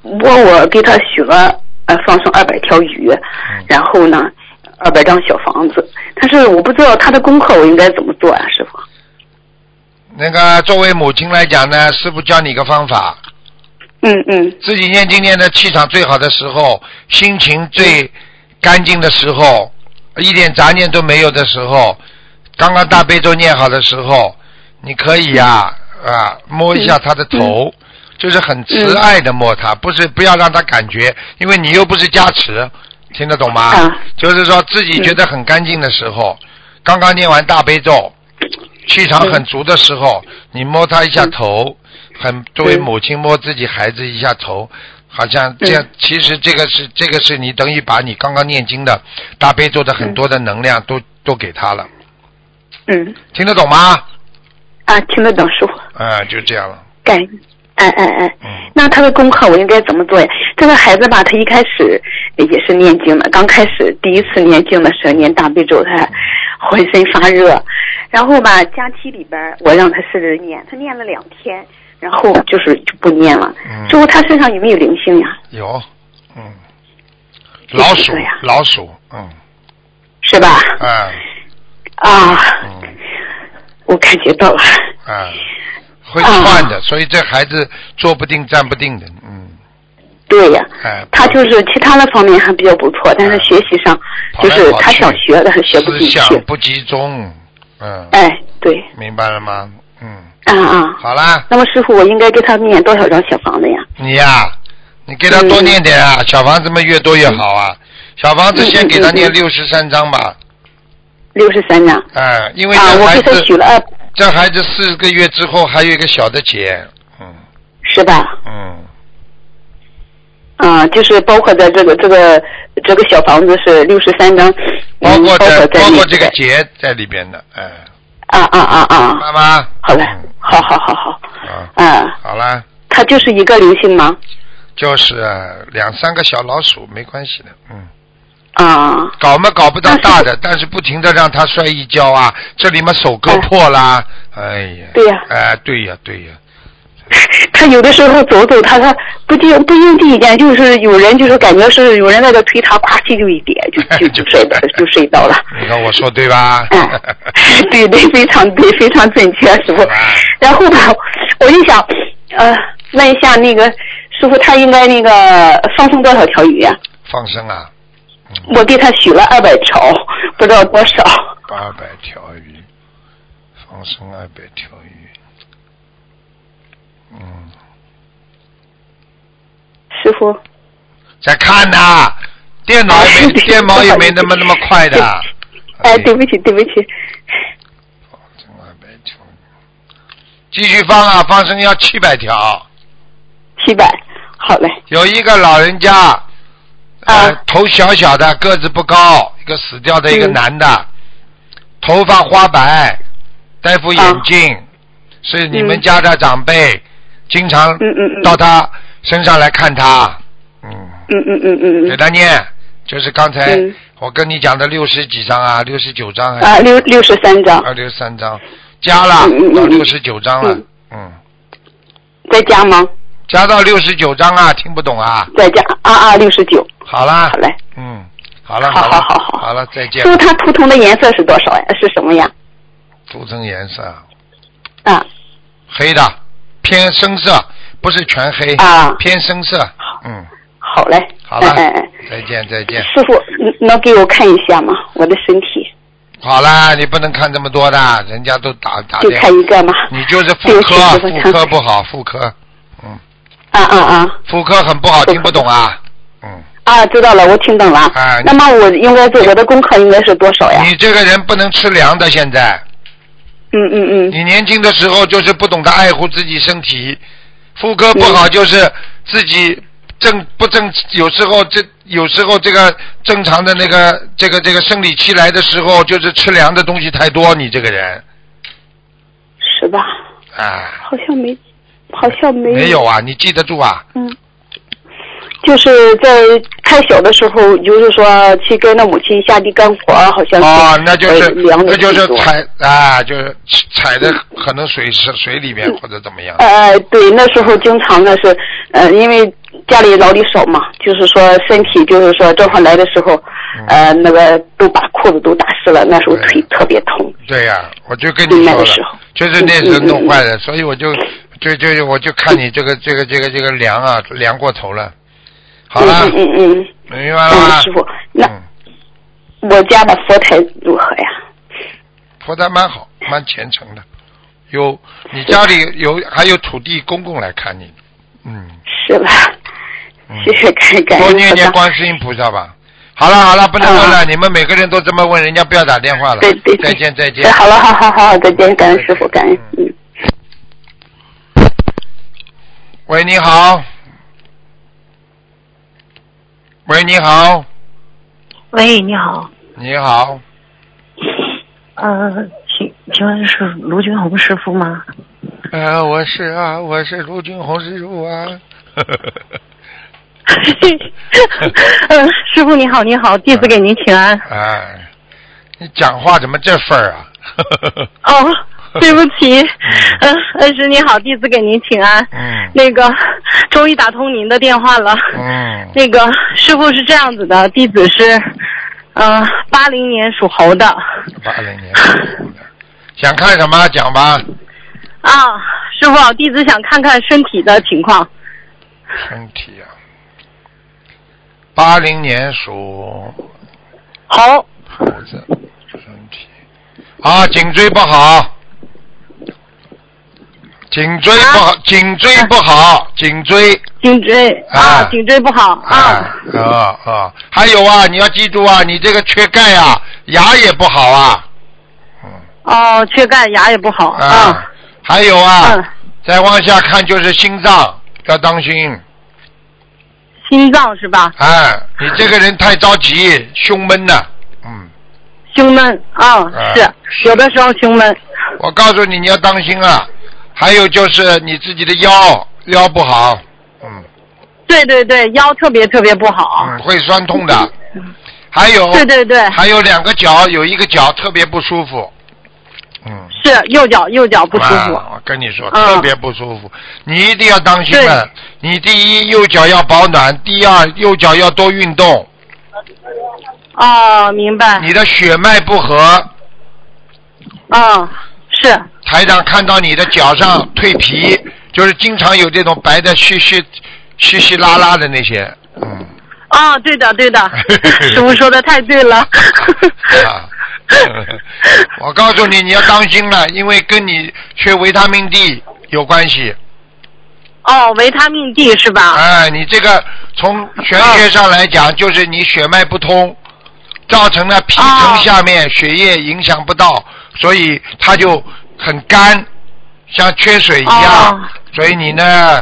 Speaker 4: 我我给他许了呃放生二百条鱼，
Speaker 1: 嗯
Speaker 4: 然后呢二百张小房子，但是我不知道他的功课我应该怎么做啊，师傅。
Speaker 1: 那个作为母亲来讲呢，师傅教你一个方法，
Speaker 4: 嗯嗯
Speaker 1: 自己念经念的气场最好的时候，心情最干净的时候，一点杂念都没有的时候，刚刚大悲咒念好的时候，你可以呀啊摸一下他的头，就是很慈爱的摸他，不是不要让他感觉，因为你又不是加持，听得懂吗？
Speaker 4: 啊
Speaker 1: 就是说自己觉得很干净的时候，刚刚念完大悲咒，气场很足的时候，你摸他一下头，很作为母亲摸自己孩子一下头，好像这样。其实这个是这个是你等于把你刚刚念经的大悲咒的很多的能量都都给他了，
Speaker 4: 嗯
Speaker 1: 听得懂吗？
Speaker 4: 啊，听得懂师傅。
Speaker 1: 啊，就这样了。
Speaker 4: 感恩，哎哎哎
Speaker 1: 嗯，
Speaker 4: 那他的功课我应该怎么做呀？这个孩子吧，他一开始呃也是念经的，刚开始第一次念经的时候念大悲咒，他浑身发热，然后吧，假期里边儿我让他试着念，他念了两天，然后就是就不念了
Speaker 1: 嗯。
Speaker 4: 之后他身上有没有灵性呀？
Speaker 1: 有，嗯，老鼠
Speaker 4: 对呀，
Speaker 1: 老鼠，嗯，
Speaker 4: 是吧？
Speaker 1: 啊，
Speaker 4: 啊，
Speaker 1: 嗯，
Speaker 4: 我感觉到了。
Speaker 1: 啊，会窜的，所以这孩子坐不定、站不定的，嗯，
Speaker 4: 对呀，
Speaker 1: 哎，
Speaker 4: 他就是其他的方面还比较不错，但是
Speaker 1: 嗯
Speaker 4: 学习上
Speaker 1: 跑
Speaker 4: 就
Speaker 1: 来
Speaker 4: 是
Speaker 1: 跑
Speaker 4: 他
Speaker 1: 去
Speaker 4: 想学的学不
Speaker 1: 思
Speaker 4: 进去。
Speaker 1: 想不集中，嗯，
Speaker 4: 哎，对。
Speaker 1: 明白了吗？嗯，
Speaker 4: 啊啊！
Speaker 1: 好啦，
Speaker 4: 那么师傅，我应该给他念多少张小房子呀？
Speaker 1: 你呀、你给他多念点啊，小房子们越多越好啊。小房子先给他念
Speaker 4: 嗯嗯嗯
Speaker 1: 六十三章吧，
Speaker 4: 六十三张。
Speaker 1: 哎，因为
Speaker 4: 啊，
Speaker 1: 这
Speaker 4: 我
Speaker 1: 孩
Speaker 4: 给他
Speaker 1: 子
Speaker 4: 许了二，
Speaker 1: 这孩子四个月之后还有一个小的结，嗯
Speaker 4: 是吧？
Speaker 1: 嗯，
Speaker 4: 啊，就是包括在这个这个这个小房子是六十三张，
Speaker 1: 包
Speaker 4: 嗯
Speaker 1: 括
Speaker 4: 包
Speaker 1: 这
Speaker 4: 括在
Speaker 1: 包括
Speaker 4: 内
Speaker 1: 这个
Speaker 4: 在
Speaker 1: 结在里边的，哎，
Speaker 4: 啊啊啊啊！
Speaker 1: 妈妈，
Speaker 4: 好嘞
Speaker 1: 嗯，
Speaker 4: 好好好好，
Speaker 1: 啊，
Speaker 4: 啊，
Speaker 1: 好啦，
Speaker 4: 他就是一个灵性吗？
Speaker 1: 就是呃两三个小老鼠没关系的，嗯。
Speaker 4: 啊，
Speaker 1: 搞嘛搞不到
Speaker 4: 但
Speaker 1: 大
Speaker 4: 是
Speaker 1: 的，但是不停的让他摔一跤啊，这里嘛手割破啦，哎呀，
Speaker 4: 对呀 [LAUGHS]
Speaker 1: 哎对呀对呀，
Speaker 4: 他有的时候走走，他他不定不应地间，就是有人就是感觉是有人在这推他，咵叽就一跌，就就
Speaker 1: [LAUGHS]
Speaker 4: 就摔倒就摔倒了。
Speaker 1: 你看我说对吧？
Speaker 4: 嗯， [LAUGHS] 对对，非常对，非常准确，师傅
Speaker 1: 好吧。
Speaker 4: 然后吧，我就想，呃，问一下那个师傅，他应该那个放生多少条鱼啊？
Speaker 1: [LAUGHS] 放生啊，
Speaker 4: 我给他许了二百条，不知道多少。
Speaker 1: 八百条鱼，放生二百条鱼，嗯，
Speaker 4: 师傅，
Speaker 1: 在看呐、电脑也没
Speaker 4: [LAUGHS] 啊对
Speaker 1: 电脑也没那么
Speaker 4: 不好意
Speaker 1: 那
Speaker 4: 思
Speaker 1: 么快的，啊
Speaker 4: 哎，对
Speaker 1: 放
Speaker 4: 不起，对不起，
Speaker 1: 生二百条鱼，继续放啊，放生要七百条。
Speaker 4: 七百，好嘞，
Speaker 1: 有一个老人家，呃，
Speaker 4: 啊
Speaker 1: 头小小的，个子不高，一个死掉的一个
Speaker 4: 嗯
Speaker 1: 男的，头发花白，戴副眼镜，是你们
Speaker 4: 啊嗯
Speaker 1: 家的长辈，经常
Speaker 4: 嗯嗯嗯
Speaker 1: 到他身上来看他，嗯，
Speaker 4: 嗯嗯嗯嗯
Speaker 1: 给
Speaker 4: 嗯，
Speaker 1: 他念，就是刚才
Speaker 4: 嗯
Speaker 1: 我跟你讲的六十几章啊，六十九章还
Speaker 4: 啊，
Speaker 1: 是
Speaker 4: 六六十三张，
Speaker 1: 二六三章，加了
Speaker 4: 嗯嗯嗯
Speaker 1: 到
Speaker 4: 嗯
Speaker 1: 六十九章了
Speaker 4: 嗯，
Speaker 1: 嗯，
Speaker 4: 在家吗？
Speaker 1: 加到六十九章啊，听不懂啊，
Speaker 4: 在家，啊啊，六十九，
Speaker 1: 好啦，
Speaker 4: 好嘞。
Speaker 1: 嗯，好了，
Speaker 4: 好
Speaker 1: 了，
Speaker 4: 好好好
Speaker 1: 了，再见
Speaker 4: 师。傅，他图腾的颜色是多少呀？是什么呀？
Speaker 1: 涂层颜色，
Speaker 4: 啊
Speaker 1: 黑的，偏深色，不是全黑，
Speaker 4: 啊，
Speaker 1: 偏深色。嗯，
Speaker 4: 好嘞，
Speaker 1: 好了
Speaker 4: 哎哎哎。，
Speaker 1: 再见，再见。
Speaker 4: 师傅，你能给我看一下吗？我的身体
Speaker 1: 好啦，你不能看这么多的，人家都打打
Speaker 4: 就
Speaker 1: 电话
Speaker 4: 看。一个嘛。
Speaker 1: 你就是妇
Speaker 4: 对不起
Speaker 1: 科啊
Speaker 4: 师，傅
Speaker 1: 妇科
Speaker 4: 长
Speaker 1: 不好，妇科，嗯，
Speaker 4: 啊啊啊
Speaker 1: 妇科很不好，听不懂啊，嗯，
Speaker 4: 啊！知道了，我听懂了。
Speaker 1: 啊
Speaker 4: 那么我应该做我的功课应该是多少呀？
Speaker 1: 你这个人不能吃凉的，现在。
Speaker 4: 嗯嗯嗯。
Speaker 1: 你年轻的时候就是不懂得爱护自己身体，妇科不好就是自己正不正，有时候这有时候这个正常的那个这个这个生理期来的时候，就是吃凉的东西太多，你这个人
Speaker 4: 是吧？
Speaker 1: 啊，
Speaker 4: 好像没，好像没
Speaker 1: 没有啊，你记得住啊，
Speaker 4: 嗯，就是在太小的时候，就是说去跟那母亲下地干活儿，好像是
Speaker 1: 哦，那就
Speaker 4: 呃
Speaker 1: 是
Speaker 4: 量的
Speaker 1: 那就是
Speaker 4: 最多
Speaker 1: 踩啊，就是踩的可能水是水里
Speaker 4: 嗯
Speaker 1: 面或者怎么样，
Speaker 4: 呃，对，那时候经常呢是，呃，因为家里劳力少嘛，就是说身体就是说正好来的时候，
Speaker 1: 嗯
Speaker 4: 呃，那个都把裤子都打湿了，那时候腿特别疼。
Speaker 1: 对呀、我就跟你
Speaker 4: 那
Speaker 1: 说
Speaker 4: 个
Speaker 1: 了
Speaker 4: 时候，
Speaker 1: 就是那
Speaker 4: 嗯
Speaker 1: 时候弄坏了，所以我就就就我就看你这个这个这个这个量啊，量过头了。好了，
Speaker 4: 嗯嗯嗯嗯
Speaker 1: 明白了
Speaker 4: 嗯，
Speaker 1: 吗
Speaker 4: 师？傅，那
Speaker 1: 嗯，
Speaker 4: 我家的佛台如何呀？
Speaker 1: 佛台蛮好，蛮虔诚的。有你家里有还有土地公公来看你，嗯，
Speaker 4: 是吧？
Speaker 1: 嗯
Speaker 4: 谢谢感感
Speaker 1: 多
Speaker 4: 恩
Speaker 1: 念
Speaker 4: 菩
Speaker 1: 念
Speaker 4: 萨。嗯
Speaker 1: 观世音菩萨吧。好了好了，不能问了，你们每个人都这么问，人家不要打电话了
Speaker 4: 对对。对，
Speaker 1: 再见再见
Speaker 4: 哎。好了，好好好，再见，感恩师傅，感恩，嗯。
Speaker 1: 喂，你好。喂，你好，
Speaker 5: 喂，你好，
Speaker 1: 你好，
Speaker 5: 呃，请请问是卢军红师傅 [LAUGHS] 吗？
Speaker 1: 啊，我是啊，我是陆军红师傅
Speaker 5: [LAUGHS]
Speaker 1: 啊。
Speaker 5: 嗯，师傅你好，你好，弟子给您请安。
Speaker 1: 哎，你讲话怎么这份儿啊？
Speaker 5: 哦， [LAUGHS] 对不起，嗯，恩师你好，弟子给您请安。
Speaker 1: [LAUGHS] 嗯
Speaker 5: 那个，终于打通您的电话了。
Speaker 1: 嗯
Speaker 5: 那个 [LAUGHS] 师傅是这样子的，弟子是，嗯、呃，八零年属猴的。
Speaker 1: 八零年属的，想看什么讲吧？
Speaker 5: 啊，师傅，弟子想看看身体的情况。
Speaker 1: 身体啊，八零年属
Speaker 5: 猴，
Speaker 1: 猴子，身体啊，颈椎不好，颈椎不
Speaker 5: 啊
Speaker 1: 好，颈椎不好，颈椎。
Speaker 5: 颈椎
Speaker 1: 啊
Speaker 5: 啊，颈椎不好啊
Speaker 1: 啊啊啊！还有啊，你要记住啊，你这个缺钙啊，牙也不好啊。嗯
Speaker 5: 哦，缺钙，牙也不好啊。
Speaker 1: 还有啊，
Speaker 5: 嗯
Speaker 1: 再往下看就是心脏，要当心。
Speaker 5: 心脏是吧？
Speaker 1: 哎，你这个人太着急，胸闷呐。嗯，
Speaker 5: 胸闷啊，
Speaker 1: 啊
Speaker 5: 是有的时候胸闷。
Speaker 1: 我告诉你，你要当心啊。还有就是你自己的腰，腰不好，嗯
Speaker 5: 对对对，腰特别特别不好。
Speaker 1: 嗯，会酸痛的。还有，
Speaker 5: 啊嗯对对对，
Speaker 1: 还有两个脚，有一个脚特别不舒服。嗯。
Speaker 5: 是右脚右脚不舒服
Speaker 1: 啊。我跟你说，
Speaker 5: 嗯
Speaker 1: 特别不舒服，你一定要当心了。你第一，右脚要保暖；第二，右脚要多运动。
Speaker 5: 哦，明白。
Speaker 1: 你的血脉不和，
Speaker 5: 嗯，是
Speaker 1: 台长看到你的脚上蜕皮，就是经常有这种白的稀稀稀稀拉拉的那些。嗯。
Speaker 5: [LAUGHS] 哦，对的
Speaker 1: [LAUGHS]
Speaker 5: 对的，师傅说的太对了。
Speaker 1: 啊 [LAUGHS] 我告诉你，你要当心了，因为跟你缺维他命 D 有关系。
Speaker 5: [LAUGHS] 哦，维他命 D 是吧？
Speaker 1: 哎，你这个从玄学上来讲，就是你血脉不通，造成了皮层下面血液影响不到，所以它就很干，像缺水一样。
Speaker 5: 哦
Speaker 1: 所以你呢，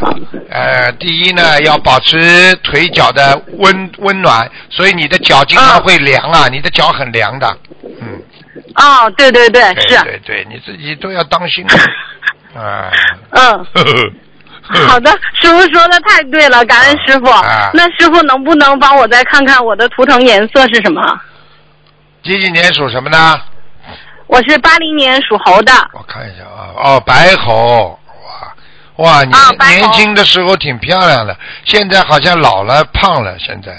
Speaker 1: 呃，第一呢要保持腿脚的温温暖，所以你的脚经常会凉啊，你的脚很凉的。嗯，
Speaker 5: 哦，对对对，
Speaker 1: 对
Speaker 5: 是。 [LAUGHS]
Speaker 1: 对对，你自己都要当心啊。 [LAUGHS]
Speaker 5: 嗯，
Speaker 1: 呵呵
Speaker 5: [LAUGHS] 好的，师傅说的太对了，感恩师傅
Speaker 1: 啊。
Speaker 5: 那师傅能不能帮我再看看我的图腾颜色是什么？
Speaker 1: 几几年属什么呢？
Speaker 5: 我是八零年属猴的。
Speaker 1: 我看一下啊，哦，白猴，哇哇，年、
Speaker 5: 啊白猴
Speaker 1: 年轻的时候挺漂亮的，现在好像老了胖了，现在，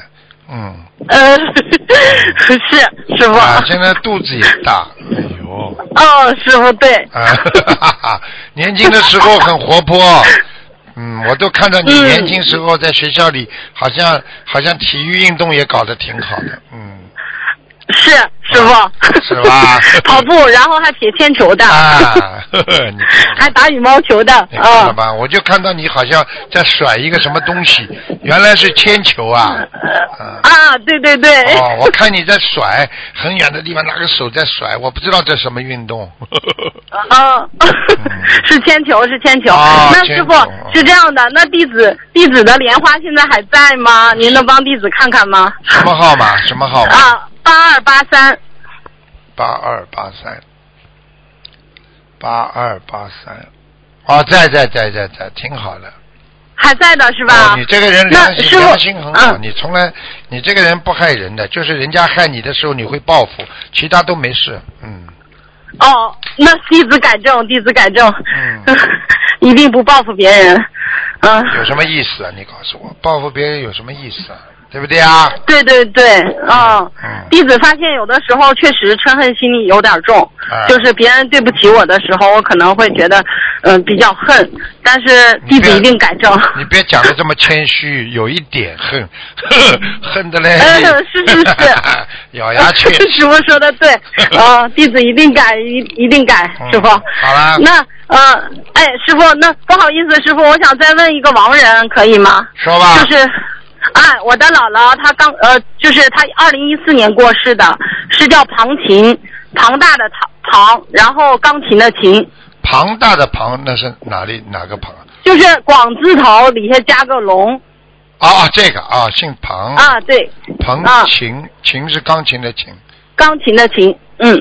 Speaker 1: 嗯，
Speaker 5: 呃， [LAUGHS] 是师傅。
Speaker 1: 啊，现在肚子也大，哎呦，
Speaker 5: 哦，师傅对。
Speaker 1: 啊，
Speaker 5: [LAUGHS]
Speaker 1: 哈哈哈， [LAUGHS] 年轻的时候很活泼，嗯，我都看到你
Speaker 5: 嗯
Speaker 1: 年轻时候在学校里，好像好像体育运动也搞得挺好的，嗯，
Speaker 6: 是师傅，
Speaker 1: 是
Speaker 5: [LAUGHS]
Speaker 1: 吧
Speaker 6: 跑步，然后还撇铅球的，
Speaker 1: 啊，呵呵你看
Speaker 5: 啊
Speaker 6: 还打羽毛球的，
Speaker 1: 你看
Speaker 5: 哦
Speaker 1: 了
Speaker 6: 啊，
Speaker 1: 吧？我就看到你好像在甩一个什么东西，原来是铅球啊！啊
Speaker 6: 啊，对对对，
Speaker 1: 哦，我看你在甩，很远的地方拿个手在甩，我不知道这什么运动。
Speaker 6: 啊， [LAUGHS] 是铅球，是铅球。
Speaker 1: 啊
Speaker 6: 那师傅
Speaker 1: 铅球
Speaker 6: 是这样的，那弟子弟子的莲花现在还在吗？您能帮弟子看看吗？
Speaker 1: 什么号码？什么号码？
Speaker 6: 啊，八二八三，
Speaker 1: 八二八三，八二八三。哦，在在在在在，挺好的。
Speaker 6: 还在的是吧？
Speaker 1: 哦，你这个人
Speaker 6: 那
Speaker 1: 良
Speaker 6: 师
Speaker 1: 心
Speaker 6: 傅
Speaker 1: 良心很好，
Speaker 6: 嗯
Speaker 1: 你从来你这个人不害人的，就是人家害你的时候你会报复，其他都没事。嗯，
Speaker 6: 哦，那弟子改正，弟子改正，
Speaker 1: 嗯
Speaker 6: [LAUGHS] 一定不报复别人。嗯，
Speaker 1: 有什么意思啊？你告诉我，报复别人有什么意思啊？对不对啊？
Speaker 6: 对对对，嗯
Speaker 1: 嗯，
Speaker 6: 弟子发现有的时候确实嗔恨心里有点重，
Speaker 1: 啊
Speaker 6: 就是别人对不起我的时候，我可能会觉得嗯、比较恨，但是
Speaker 1: 你
Speaker 6: 弟
Speaker 1: 别
Speaker 6: 子一定改正。
Speaker 1: [LAUGHS] 你别讲的这么谦虚，有一点恨， [LAUGHS] 恨的嘞。
Speaker 6: 嗯 [LAUGHS] 是是是
Speaker 1: [LAUGHS] 咬牙切齿。
Speaker 6: [LAUGHS] 师傅说的
Speaker 1: [LAUGHS]
Speaker 6: 对，呃，弟子一定改，一一定改，
Speaker 1: 嗯
Speaker 6: 师傅。
Speaker 1: 好啦
Speaker 6: 那呃，哎，师傅，那不好意思，师傅，我想再问一个亡人，可以吗？
Speaker 1: 说吧。
Speaker 6: 就是，哎，我的姥姥她刚呃，就是她二零一四年过世的，是叫庞琴，庞大的庞庞，然后钢琴的琴，
Speaker 1: 庞大的庞，那是哪里哪个庞？
Speaker 6: 就是广字头底下加个龙
Speaker 1: 啊，啊这个啊，姓庞，
Speaker 6: 啊，对，
Speaker 1: 庞
Speaker 6: 啊
Speaker 1: 琴，琴是钢琴的琴。
Speaker 6: 钢琴的琴，嗯，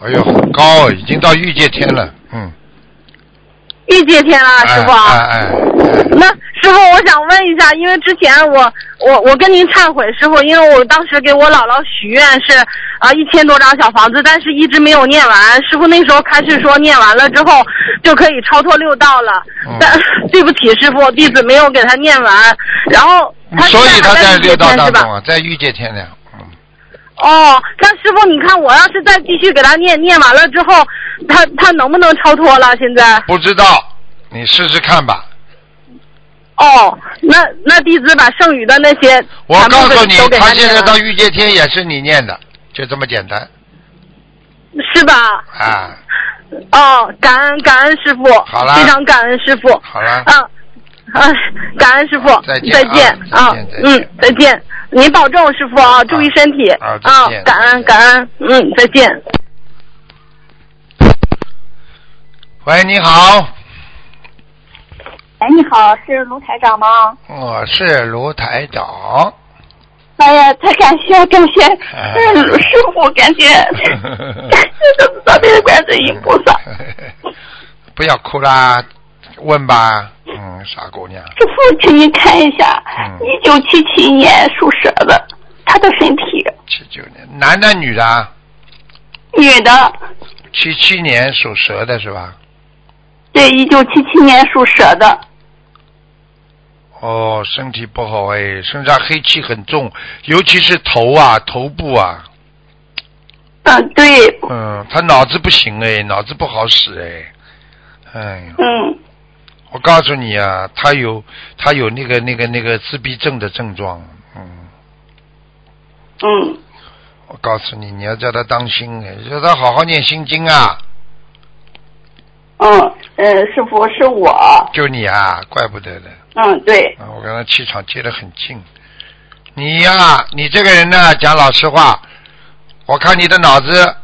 Speaker 1: 哎呦，很高哦，已经到御界天了。嗯，
Speaker 6: 遇见天了，师傅。啊
Speaker 1: 哎哎哎哎
Speaker 6: 那师傅，我想问一下，因为之前我我我跟您忏悔，师傅，因为我当时给我姥姥许愿是啊一千多张小房子，但是一直没有念完。师傅那时候开始说念完了之后就可以超脱六道了，
Speaker 1: 嗯
Speaker 6: 但 [LAUGHS] 对不起师傅，弟子没有给他念完。然后他
Speaker 1: 所以
Speaker 6: 现
Speaker 1: 他
Speaker 6: 还
Speaker 1: 在
Speaker 6: 在
Speaker 1: 六
Speaker 6: 六
Speaker 1: 道
Speaker 6: 天
Speaker 1: 当
Speaker 6: 是吧
Speaker 1: 中？啊，在御界天呢。嗯，
Speaker 6: 哦，那师傅，你看我要是再继续给他念，念完了之后，他他能不能超脱了？现在？
Speaker 1: 不知道，你试试看吧。
Speaker 6: 哦，那那弟子把剩余的那些
Speaker 1: 我
Speaker 6: 全部
Speaker 1: 告
Speaker 6: 给
Speaker 1: 诉你
Speaker 6: 都，给
Speaker 1: 他现
Speaker 6: 念
Speaker 1: 在
Speaker 6: 了。
Speaker 1: 到御界天也是你念的，就这么简单
Speaker 6: 是吧？
Speaker 1: 啊。
Speaker 6: 哦，感恩感恩师傅，
Speaker 1: 好啦
Speaker 6: 非常感恩师傅，
Speaker 1: 好了，
Speaker 6: 嗯，嗯，感恩师傅，
Speaker 1: 再见
Speaker 6: 再见
Speaker 1: 啊
Speaker 6: 啊
Speaker 1: 再见再见
Speaker 6: 嗯，再见，您保重师傅啊，注意身体
Speaker 1: 啊再
Speaker 6: 啊
Speaker 1: 见，
Speaker 6: 感
Speaker 1: 再
Speaker 6: 恩
Speaker 1: 见
Speaker 6: 感恩，嗯，再见。
Speaker 1: 喂，你好，
Speaker 4: 哎，你好，是卢台长吗？
Speaker 1: 我是卢台长。
Speaker 4: 哎呀，太感谢感谢，是卢哎师傅，感谢感谢特别的观世音菩萨。
Speaker 1: [LAUGHS] 不要哭啦，问吧。嗯，傻姑娘，
Speaker 4: 师傅，请您看一下
Speaker 1: 嗯，
Speaker 4: 一九七七年属蛇的，她的身体，
Speaker 1: 七九年，男的女的啊？
Speaker 4: 女的，
Speaker 1: 七七年属蛇的是吧？
Speaker 4: 对，一九七七年属蛇的，
Speaker 1: 哦，身体不好哎，身上黑气很重，尤其是头啊、头部啊。
Speaker 4: 嗯，对，
Speaker 1: 嗯，他脑子不行哎，脑子不好使哎。哎呦，
Speaker 4: 嗯，
Speaker 1: 我告诉你啊，他有他有那个那个那个自闭症的症状。嗯，
Speaker 4: 嗯，
Speaker 1: 我告诉你，你要叫他当心哎，叫他好好念心经啊。
Speaker 4: 嗯，呃，师傅是我，
Speaker 1: 就你啊，怪不得的。
Speaker 4: 嗯，对，
Speaker 1: 啊，我跟他气场接得很近。你呀、你这个人呢，讲老实话，我看你的脑子，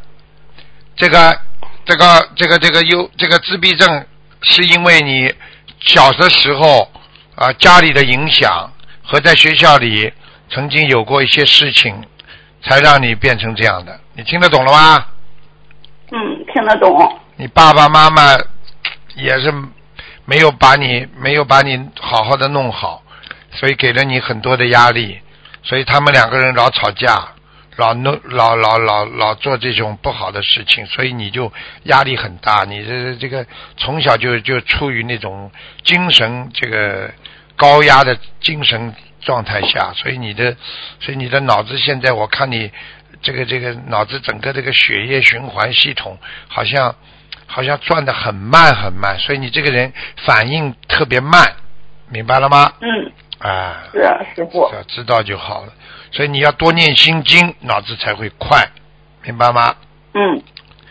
Speaker 1: 这个、这个、这个、这个忧、这个自闭症，是因为你小的时候啊、家里的影响和在学校里曾经有过一些事情，才让你变成这样的。你听得懂了吗？
Speaker 4: 嗯，听得懂，
Speaker 1: 你爸爸妈妈也是没有把你没有把你好好的弄好，所以给了你很多的压力，所以他们两个人老吵架，老弄老老老老做这种不好的事情，所以你就压力很大。你这这个从小就就处于那种精神这个高压的精神状态下，所以你的所以你的脑子现在我看你这个这个脑子整个这个血液循环系统好像好像转的很慢很慢，所以你这个人反应特别慢，明白了吗？
Speaker 7: 嗯，
Speaker 1: 啊，
Speaker 7: 是啊，师傅，
Speaker 1: 要知道就好了。所以你要多念心经，脑子才会快，明白吗？
Speaker 7: 嗯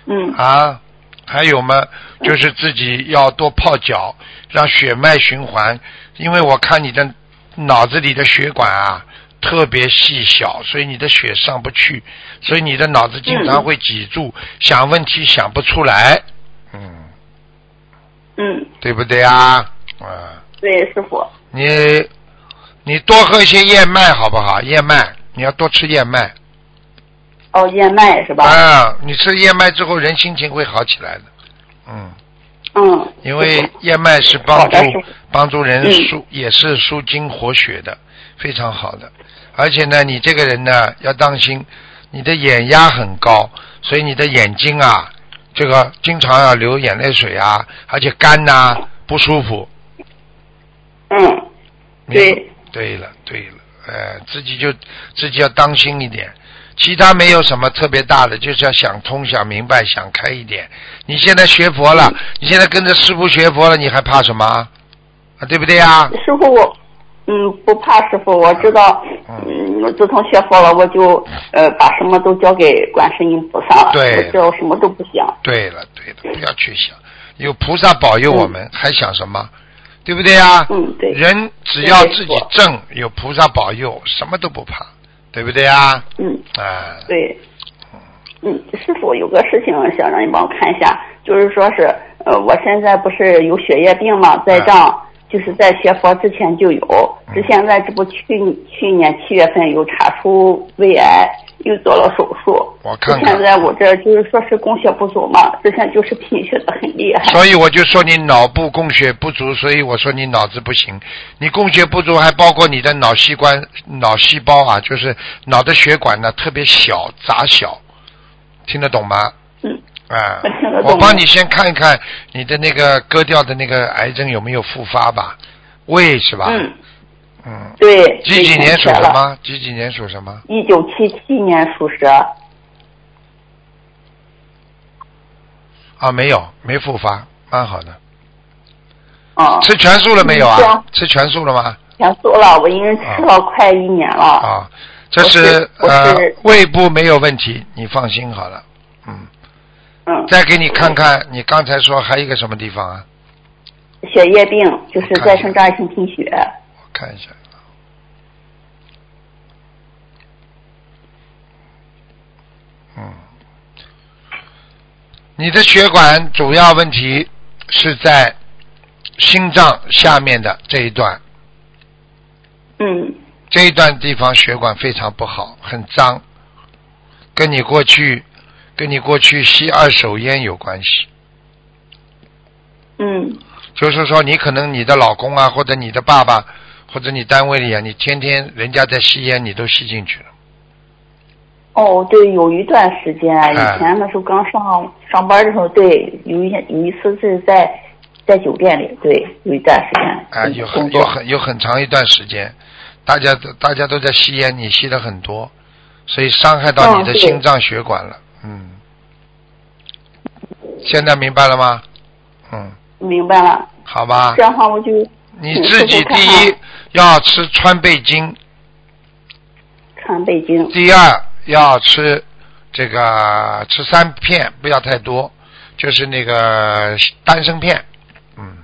Speaker 7: 嗯，
Speaker 1: 啊，还有嘛，就是自己要多泡脚，让血脉循环。因为我看你的脑子里的血管啊特别细小，所以你的血上不去，所以你的脑子经常会脊住，想问题想不出来，嗯，
Speaker 7: 嗯，
Speaker 1: 对不对啊？啊，
Speaker 7: 对，师傅，
Speaker 1: 你你多喝一些燕麦好不好？燕麦，你要多吃燕麦
Speaker 7: 哦，燕麦是吧？
Speaker 1: 啊，你吃燕麦之后，人心情会好起来的，嗯。
Speaker 7: 嗯，
Speaker 1: 因为燕麦是帮
Speaker 7: 好
Speaker 1: 助
Speaker 7: 的师傅
Speaker 1: 帮助人
Speaker 7: 嗯
Speaker 1: 舒，也是舒筋活血的，非常好的。而且呢，你这个人呢要当心，你的眼压很高，所以你的眼睛啊，这个经常要流眼泪水啊，而且干呐、不舒服。
Speaker 7: 嗯，
Speaker 1: 明
Speaker 7: 对
Speaker 1: 对了对了，哎，自己就自己要当心一点。其他没有什么特别大的，就是要想通、想明白、想开一点。你现在学佛了，你现在跟着师傅学佛了，你还怕什么啊？啊对不对呀、
Speaker 7: 师傅我。嗯，不怕师傅，我知
Speaker 1: 啊
Speaker 7: 道。嗯，我自从学佛了，我就呃把什么都交给观世音菩萨了。
Speaker 1: 对
Speaker 7: 我知道我什么都不想。
Speaker 1: 对了对了，不要去想，有菩萨保佑我们，还想什么？对不对呀、
Speaker 7: 嗯，对。
Speaker 1: 人只
Speaker 7: 对
Speaker 1: 要
Speaker 7: 没
Speaker 1: 自己
Speaker 7: 错
Speaker 1: 正，有菩萨保佑，什么都不怕，对不对呀、
Speaker 7: 嗯，
Speaker 1: 啊？
Speaker 7: 对，嗯，师傅有个事情想让你帮我看一下，就是说是呃，我现在不是有血液病嘛，
Speaker 1: 嗯
Speaker 7: 在账，就是在学佛之前就有，这现在这不去去年七月份又查出胃癌，又做了手术。
Speaker 1: 我看看
Speaker 7: 这现在我这就是说是供血不足嘛，之前就是贫血的很厉害。
Speaker 1: 所以我就说你脑部供血不足，所以我说你脑子不行。你供血不足，还包括你的脑细管、脑细胞啊，就是脑的血管呢特别小、窄小，听得懂吗？
Speaker 7: 嗯。
Speaker 1: 啊
Speaker 7: [LAUGHS] 我听得，懂
Speaker 1: 我帮你先看一看你的那个割掉的那个癌症有没有复发吧？胃是吧？
Speaker 7: 嗯，
Speaker 1: 嗯。
Speaker 7: 对。
Speaker 1: 几几
Speaker 7: 对
Speaker 1: 年属
Speaker 7: 贫血
Speaker 1: 什
Speaker 7: 了？
Speaker 1: 么？几几年属什么？
Speaker 7: 一九七七年属蛇。
Speaker 1: 啊，没有，没复发，蛮好的。
Speaker 7: 啊、
Speaker 1: 吃全素了没有
Speaker 7: 嗯对
Speaker 1: 啊
Speaker 7: 啊？
Speaker 1: 吃全素了吗？
Speaker 7: 全素了，我一人吃了快一年了。
Speaker 1: 嗯啊，这
Speaker 7: 我是我是
Speaker 1: 呃胃部没有问题，你放心好了。嗯，
Speaker 7: 嗯，
Speaker 1: 再给你看看，你刚才说还有一个什么地方啊？
Speaker 7: 血液病，就是再生障碍性贫血。
Speaker 1: 我看一下。嗯，你的血管主要问题是在心脏下面的这一段，
Speaker 7: 嗯
Speaker 1: 这一段地方血管非常不好，很脏，跟你过去跟你过去吸二手烟有关系。
Speaker 7: 嗯
Speaker 1: 就是说，你可能你的老公啊，或者你的爸爸，或者你单位里啊，你天天人家在吸烟，你都吸进去了。
Speaker 7: 哦，对，有一段时间，啊
Speaker 1: 哎
Speaker 7: 以前那时候刚上上班的时候，对，有一天有一次是在在酒店里，对，有一段时间
Speaker 1: 啊，有很
Speaker 7: 工
Speaker 1: 有
Speaker 7: 作，
Speaker 1: 很有很长一段时间，大家都大家都在吸烟，你吸的很多，所以伤害到你的
Speaker 7: 嗯对
Speaker 1: 心脏血管了。嗯，现在明白了吗？嗯，
Speaker 7: 明白了。
Speaker 1: 好吧
Speaker 7: 这。样的话，我就
Speaker 1: 你自己第一要吃川贝精，
Speaker 7: 看北京。
Speaker 1: 第二要吃这个吃三片，不要太多，就是那个丹参片，嗯，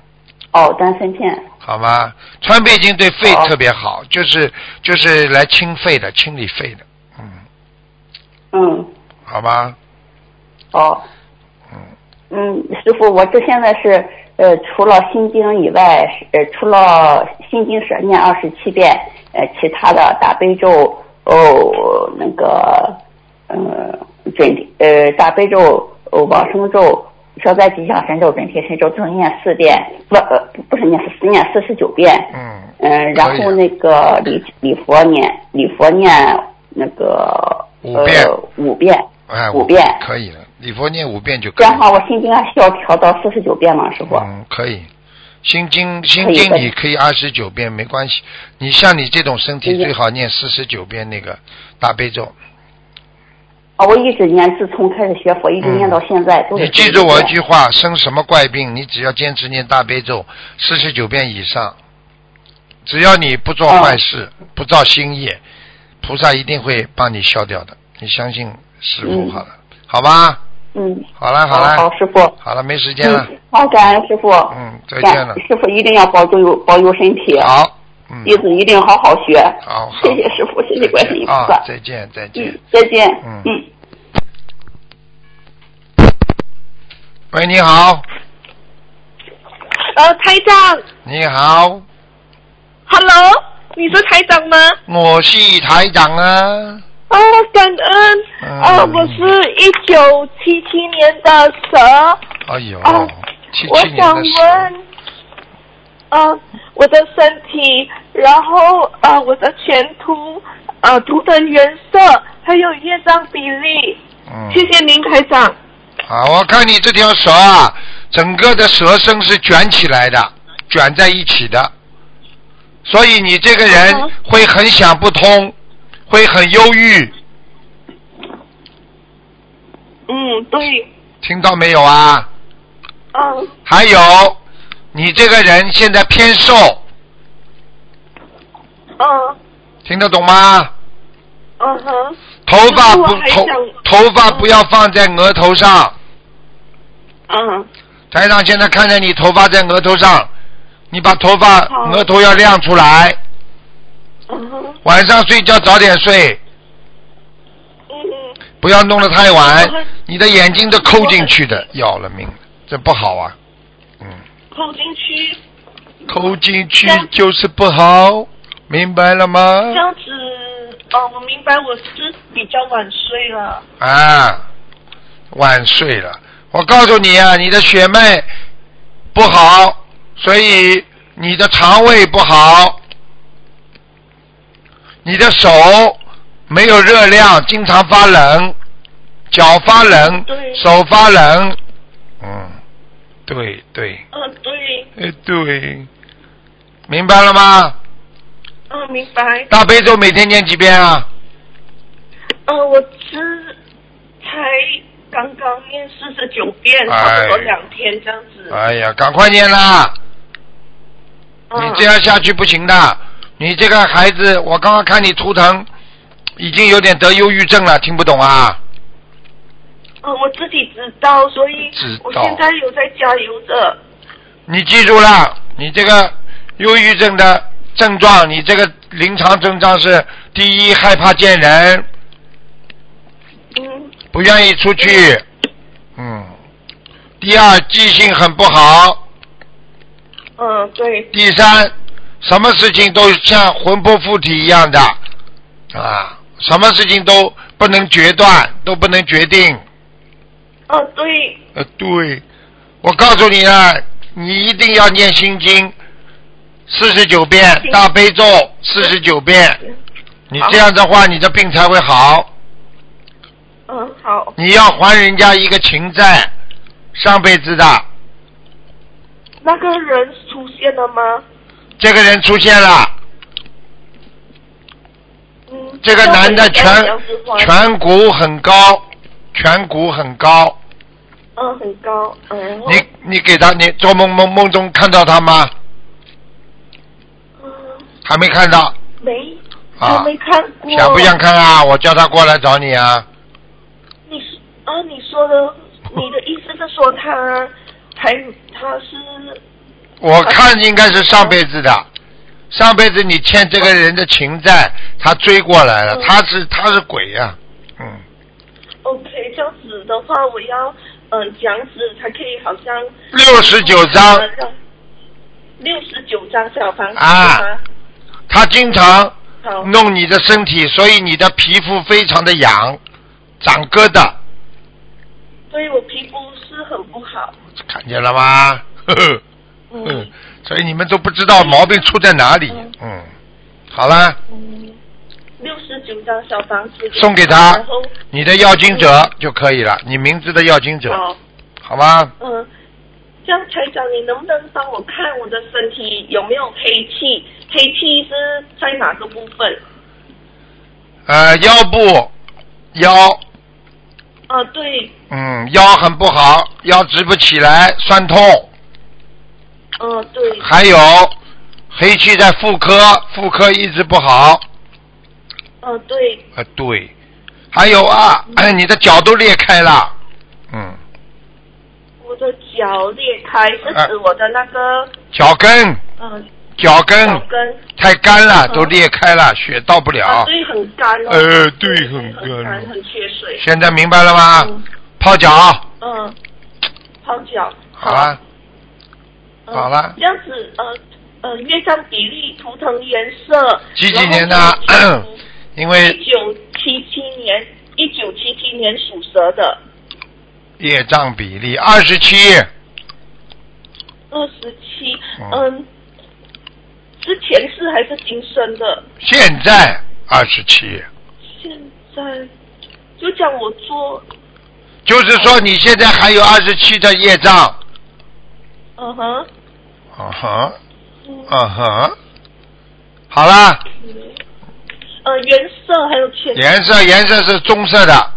Speaker 7: 哦，丹参片。
Speaker 1: 好吗？川贝精对肺
Speaker 7: 好
Speaker 1: 特别好，就是就是来清肺的，清理肺的，嗯，
Speaker 7: 嗯，
Speaker 1: 好吗？
Speaker 7: 哦。
Speaker 1: 嗯
Speaker 7: 嗯，师傅，我这现在是呃，除了心经以外，呃，除了心经是念二十七遍，呃，其他的大悲咒哦，那个呃准呃大悲咒、哦、往生咒、消灾吉祥神咒、准提神咒，总念四遍，不呃不不是念四念四十九遍，
Speaker 1: 嗯，
Speaker 7: 嗯、然后那个礼礼佛念礼佛念那个
Speaker 1: 五遍
Speaker 7: 呃、五遍，
Speaker 1: 哎，
Speaker 7: 五遍
Speaker 1: 可以了，礼佛念五遍就
Speaker 7: 这
Speaker 1: 可以
Speaker 7: 样的
Speaker 1: 了。
Speaker 7: 话我心经还需要调到四十九遍吗，师傅？
Speaker 1: 嗯，可以。心经，心
Speaker 7: 可以
Speaker 1: 经
Speaker 7: 的
Speaker 1: 你可以二十九遍没关系。你像你这种身体
Speaker 7: 嗯
Speaker 1: 最好念四十九遍那个大悲咒。
Speaker 7: 啊，我一直念，自从开始学佛，一直念到现在，都是
Speaker 1: 你记住我一句话：生什么怪病，你只要坚持念大悲咒四十九遍以上，只要你不做坏事，
Speaker 7: 哦
Speaker 1: 不造新业，菩萨一定会帮你消掉的。你相信师傅好了，好吧？
Speaker 7: 嗯，
Speaker 1: 好了
Speaker 7: 好
Speaker 1: 了，
Speaker 7: 好师傅，
Speaker 1: 好了，没时间了，
Speaker 7: 嗯，好，感恩师傅，
Speaker 1: 嗯，再见了
Speaker 7: 感，师傅一定要保佑保佑身体，
Speaker 1: 好，嗯，
Speaker 7: 弟子一定好好学，
Speaker 1: 好，好
Speaker 7: 谢谢师傅，谢谢观世音菩
Speaker 1: 啊
Speaker 7: 萨，，
Speaker 1: 再见，再见
Speaker 7: 嗯。，再见，
Speaker 1: 嗯
Speaker 7: 嗯
Speaker 1: 喂，你好，
Speaker 6: 呃，台长
Speaker 1: 你好，
Speaker 6: ，Hello，你是台长吗？
Speaker 1: 我是台长啊。
Speaker 6: 哦，感恩。
Speaker 1: 嗯
Speaker 6: 呃，我是一九七七年的蛇，
Speaker 1: 哎呦
Speaker 6: 啊，
Speaker 1: 七
Speaker 6: 我
Speaker 1: 七年
Speaker 6: 想
Speaker 1: 的蛇，
Speaker 6: 问，呃，我的身体，然后呃，我的前途，呃，图的颜色，还有业障比例。
Speaker 1: 嗯，
Speaker 6: 谢谢您，台长。
Speaker 1: 啊，我看你这条蛇啊，整个的蛇身是卷起来的，卷在一起的，所以你这个人
Speaker 6: 嗯
Speaker 1: 会很想不通，会很忧郁，
Speaker 6: 嗯，对，
Speaker 1: 听到没有啊？
Speaker 6: 嗯、
Speaker 1: 还有，你这个人现在偏瘦，
Speaker 6: 嗯
Speaker 1: 听得懂吗？
Speaker 6: 嗯哼，
Speaker 1: 头发
Speaker 6: 哦那我
Speaker 1: 不
Speaker 6: 还
Speaker 1: 头
Speaker 6: 想
Speaker 1: 头发不要放在额头上，
Speaker 6: 嗯
Speaker 1: 台长现在看见你头发在额头上，你把头发
Speaker 6: 好
Speaker 1: 额头要亮出来。
Speaker 6: 嗯哼，
Speaker 1: 晚上睡觉早点睡，
Speaker 6: 嗯
Speaker 1: 不要弄得太晚
Speaker 6: 我会，
Speaker 1: 你的眼睛都抠进去的，要了命了，这不好啊，嗯，
Speaker 6: 嗯，扣进去。
Speaker 1: 抠进去
Speaker 6: 这样
Speaker 1: 就是不好，明白了吗？
Speaker 6: 这样子，哦，我明白，我是比较晚睡了。
Speaker 1: 啊，晚睡了，我告诉你啊，你的血脉不好，所以你的肠胃不好，你的手没有热量，经常发冷，脚发冷，
Speaker 6: 对
Speaker 1: 手发冷，嗯，对对，
Speaker 6: 嗯，对，
Speaker 1: 哎对，明白了吗？
Speaker 6: 嗯，明白。
Speaker 1: 大悲咒每天念几遍啊？
Speaker 6: 嗯，我只才刚刚念四十九遍，
Speaker 1: 哎
Speaker 6: 差不多两天这样子。
Speaker 1: 哎呀，赶快念啦！你
Speaker 6: 嗯
Speaker 1: 这样下去不行的，你这个孩子，我刚刚看你图腾，已经有点得忧郁症了，听不懂啊？
Speaker 6: 嗯，我自己知道，所以
Speaker 1: 知道
Speaker 6: 我现在有在加油着。
Speaker 1: 你记住了，你这个忧郁症的症状，你这个临床症状是：第一，害怕见人，
Speaker 6: 嗯
Speaker 1: 不愿意出去，嗯；第二，记性很不好；
Speaker 6: 嗯，对，
Speaker 1: 第三，什么事情都像魂不附体一样的，啊，什么事情都不能决断，都不能决定。
Speaker 6: 嗯对，
Speaker 1: 呃，对，我告诉你啊，你一定要念心经四十九遍，
Speaker 6: 行
Speaker 1: 大悲咒四十九遍。你这样的话，你的病才会好。
Speaker 6: 嗯好，
Speaker 1: 你要还人家一个情债，上辈子的
Speaker 6: 那个人出现了吗？
Speaker 1: 这个人出现了，
Speaker 6: 嗯，
Speaker 1: 这个男的颧
Speaker 6: 那我应该怎样子还，
Speaker 1: 颧骨很高，颧骨很高。
Speaker 6: 嗯很高，嗯，
Speaker 1: 你你给他，你做梦梦梦中看到他吗？
Speaker 6: 嗯
Speaker 1: 还没看到
Speaker 6: 没，
Speaker 1: 啊
Speaker 6: 还？没看过。
Speaker 1: 想不想看啊？我叫他过来找你啊。
Speaker 6: 你是啊，你说的，你的意思是说他还他是
Speaker 1: 我看应该是上辈子的，上辈子你欠这个人的情债，他追过来了，
Speaker 6: 嗯
Speaker 1: 他是他是鬼呀、嗯，
Speaker 6: OK 这样子的话，我要嗯这样子才可以好像呃
Speaker 1: 六十九章，
Speaker 6: 六十九张小房子
Speaker 1: 啊嗯
Speaker 6: 吗
Speaker 1: 他经常
Speaker 6: 好，
Speaker 1: 弄你的身体，所以你的皮肤非常的痒，长疙瘩，
Speaker 6: 所以我皮肤是很不好。
Speaker 1: 看见了吗？ [LAUGHS] 呵呵，嗯，所以你们都不知道毛病出在哪里，嗯，好了，
Speaker 6: 嗯六十九张小房子
Speaker 1: 送给他
Speaker 6: 然后
Speaker 1: 你的要经者就可以了，你名字的要经者，
Speaker 6: 好，
Speaker 1: 好吗？
Speaker 6: 哦嗯，这样台长，你能不能帮我看我的身体有没有黑气？黑气是在哪个部分？
Speaker 1: 呃，腰部，腰。
Speaker 6: 啊，对，
Speaker 1: 嗯，腰很不好，腰直不起来，酸痛，
Speaker 6: 呃嗯、对，
Speaker 1: 还有黑气在妇科，妇科一直不好。
Speaker 6: 呃，对，
Speaker 1: 啊，对，还有啊，哎，你的脚都裂开了，嗯，
Speaker 6: 我的脚裂开，
Speaker 1: 啊
Speaker 6: 是指我的那个
Speaker 1: 脚跟、
Speaker 6: 呃
Speaker 1: 脚跟
Speaker 6: 脚跟
Speaker 1: 太干了，
Speaker 6: 嗯
Speaker 1: 都裂开了，血到不了
Speaker 6: 啊，。对，很干哦。
Speaker 1: 呃对很干哦
Speaker 6: 很干，很缺水。
Speaker 1: 现在明白了吗
Speaker 6: 嗯？
Speaker 1: 泡脚，
Speaker 6: 嗯，泡脚。
Speaker 1: 好了，
Speaker 6: 嗯
Speaker 1: 好了
Speaker 6: 这样子，呃呃，月上比例图腾颜色。
Speaker 1: 几几年的 [CLEARS THROAT] 因为
Speaker 6: 一九七七年，一九七七年属蛇的，
Speaker 1: 业障比例二十七，
Speaker 6: 二十七，
Speaker 1: 嗯
Speaker 6: 嗯，是前世还是今生的？
Speaker 1: 现在二十七，
Speaker 6: 现在就叫我做，
Speaker 1: 就是说你现在还有二十七的业障。
Speaker 6: 嗯哼，
Speaker 1: 嗯哼，
Speaker 6: 嗯
Speaker 1: 嗯哼，好啦，
Speaker 6: 嗯呃，原色还有浅
Speaker 1: 颜色颜色是棕色的，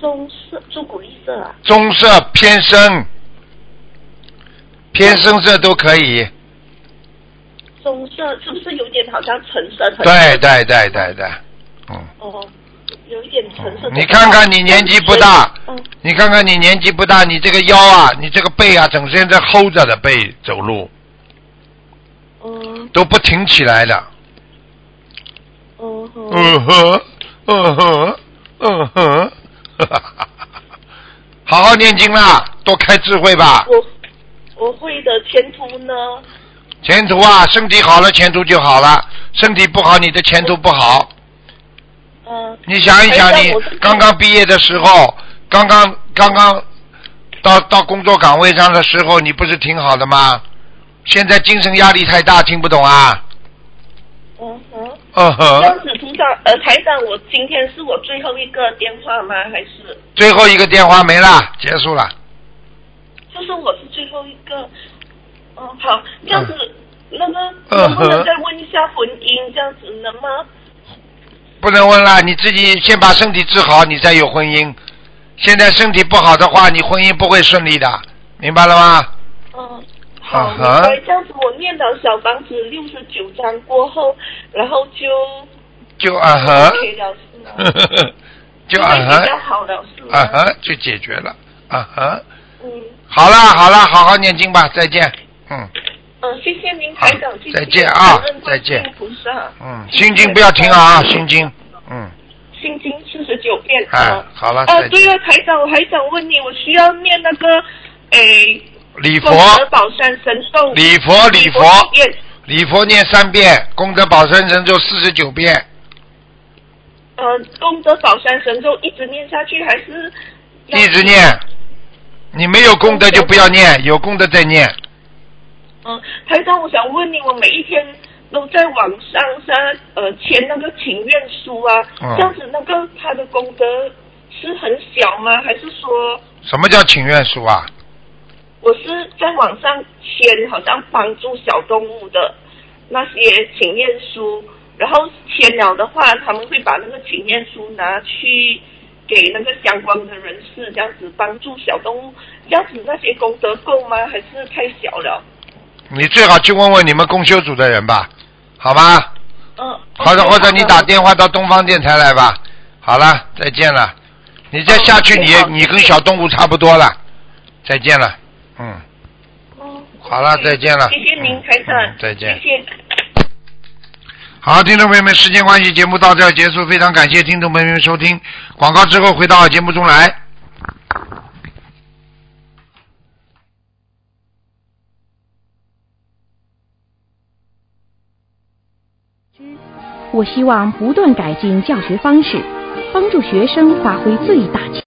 Speaker 6: 棕色、朱古力色啊，
Speaker 1: 棕色偏深，偏深色都可以。
Speaker 6: 棕色是不是有点好像橙色？橙色
Speaker 1: 对对对对对，嗯。
Speaker 6: 哦，有一点橙色。
Speaker 1: 哦你看看你年纪不大
Speaker 6: 嗯，
Speaker 1: 你看看你年纪不大，你这个腰啊，你这个背啊，整天在齁着的背走路
Speaker 6: 嗯
Speaker 1: 都不挺起来的。
Speaker 6: 嗯嗯，
Speaker 1: 嗯哼，嗯哼，嗯哼， [LAUGHS] 好好念经啦，多开智慧吧。
Speaker 6: 我我会的前途呢？
Speaker 1: 前途啊，身体好了，前途就好了；身体不好，你的前途不好。
Speaker 6: 嗯
Speaker 1: 你想一想，
Speaker 6: 哎
Speaker 1: 你
Speaker 6: 那我是
Speaker 1: 刚刚毕业的时候，刚刚刚刚到到工作岗位上的时候，你不是挺好的吗？现在精神压力太大，听不懂啊？
Speaker 6: 嗯哼。
Speaker 1: 嗯
Speaker 6: 这样
Speaker 1: 哼，
Speaker 6: 子，图长呃，台长，我今天是我最后一个电话吗？还是
Speaker 1: 最后一个电话没了，结束了。
Speaker 6: 就是我是最后一个？哦，好，这样子，那么
Speaker 1: 嗯
Speaker 6: 能不能再问一下婚姻这样子能吗？
Speaker 1: 不能问了，你自己先把身体治好，你再有婚姻。现在身体不好的话，你婚姻不会顺利的，明白了吗？
Speaker 6: 嗯，好，
Speaker 1: 嗯
Speaker 6: 明
Speaker 1: 哼
Speaker 6: 白。哎这样子，我念到小房子六十九章过后，然后就
Speaker 1: 就啊哈， [LAUGHS]
Speaker 6: 可以了是吗？
Speaker 1: 就啊
Speaker 6: 会比较
Speaker 1: 哈，
Speaker 6: 好了是吗？
Speaker 1: 啊哈，就解决了啊哈。
Speaker 6: 嗯
Speaker 1: 好啦好啦，好好念经吧，再见。嗯
Speaker 6: 嗯，谢谢您台长，谢谢
Speaker 1: 再见啊
Speaker 6: 感恩观
Speaker 1: 再见
Speaker 6: 世音菩萨，
Speaker 1: 嗯，心经不要停啊，心经。嗯，
Speaker 6: 心经四十九遍
Speaker 1: 哎，好了，
Speaker 6: 啊
Speaker 1: 再，
Speaker 6: 对
Speaker 1: 见。
Speaker 6: 了，台长，我还想问你，我需要念那个哎诶，
Speaker 1: 礼
Speaker 6: 《
Speaker 1: 佛
Speaker 6: 功，德宝山神咒》
Speaker 1: 礼佛，礼佛，
Speaker 6: 念
Speaker 1: 礼佛念三遍，功德宝山神咒四十九遍，
Speaker 6: 呃，《功德宝山神咒》一直念下去，还是要
Speaker 1: 一直？念。你没有功德就不要念，有功德再念。
Speaker 6: 嗯，台长，我想问你，我每一天都在网上上呃签那个请愿书啊，
Speaker 1: 嗯
Speaker 6: 这样子那个他的功德是很小吗？还是说
Speaker 1: 什么叫请愿书啊？
Speaker 6: 我是在网上签，好像帮助小动物的那些请愿书，然后签了的话，他们会把那个请愿书拿去给那个相关的人士，这样子帮助小动物，这样子那些功德够吗？还是太小了？
Speaker 1: 你最好去问问你们公修组的人吧，好吗？
Speaker 6: 嗯，
Speaker 1: 或者
Speaker 6: OK，
Speaker 1: 或者你打
Speaker 6: 好的
Speaker 1: 电话到东方电台来吧。好了，再见了。你再下去
Speaker 6: 哦
Speaker 1: 你
Speaker 6: 好
Speaker 1: 你跟小动物差不多了，再见了。嗯。
Speaker 6: 嗯
Speaker 1: 好了再见了
Speaker 6: 谢谢您，台长
Speaker 1: 嗯，再见
Speaker 6: 谢谢。
Speaker 1: 好，听众朋友们，时间关系，节目到这儿结束，非常感谢听众朋友们收听。广告之后回到节目中来。
Speaker 8: 我希望不断改进教学方式，帮助学生发挥最大潜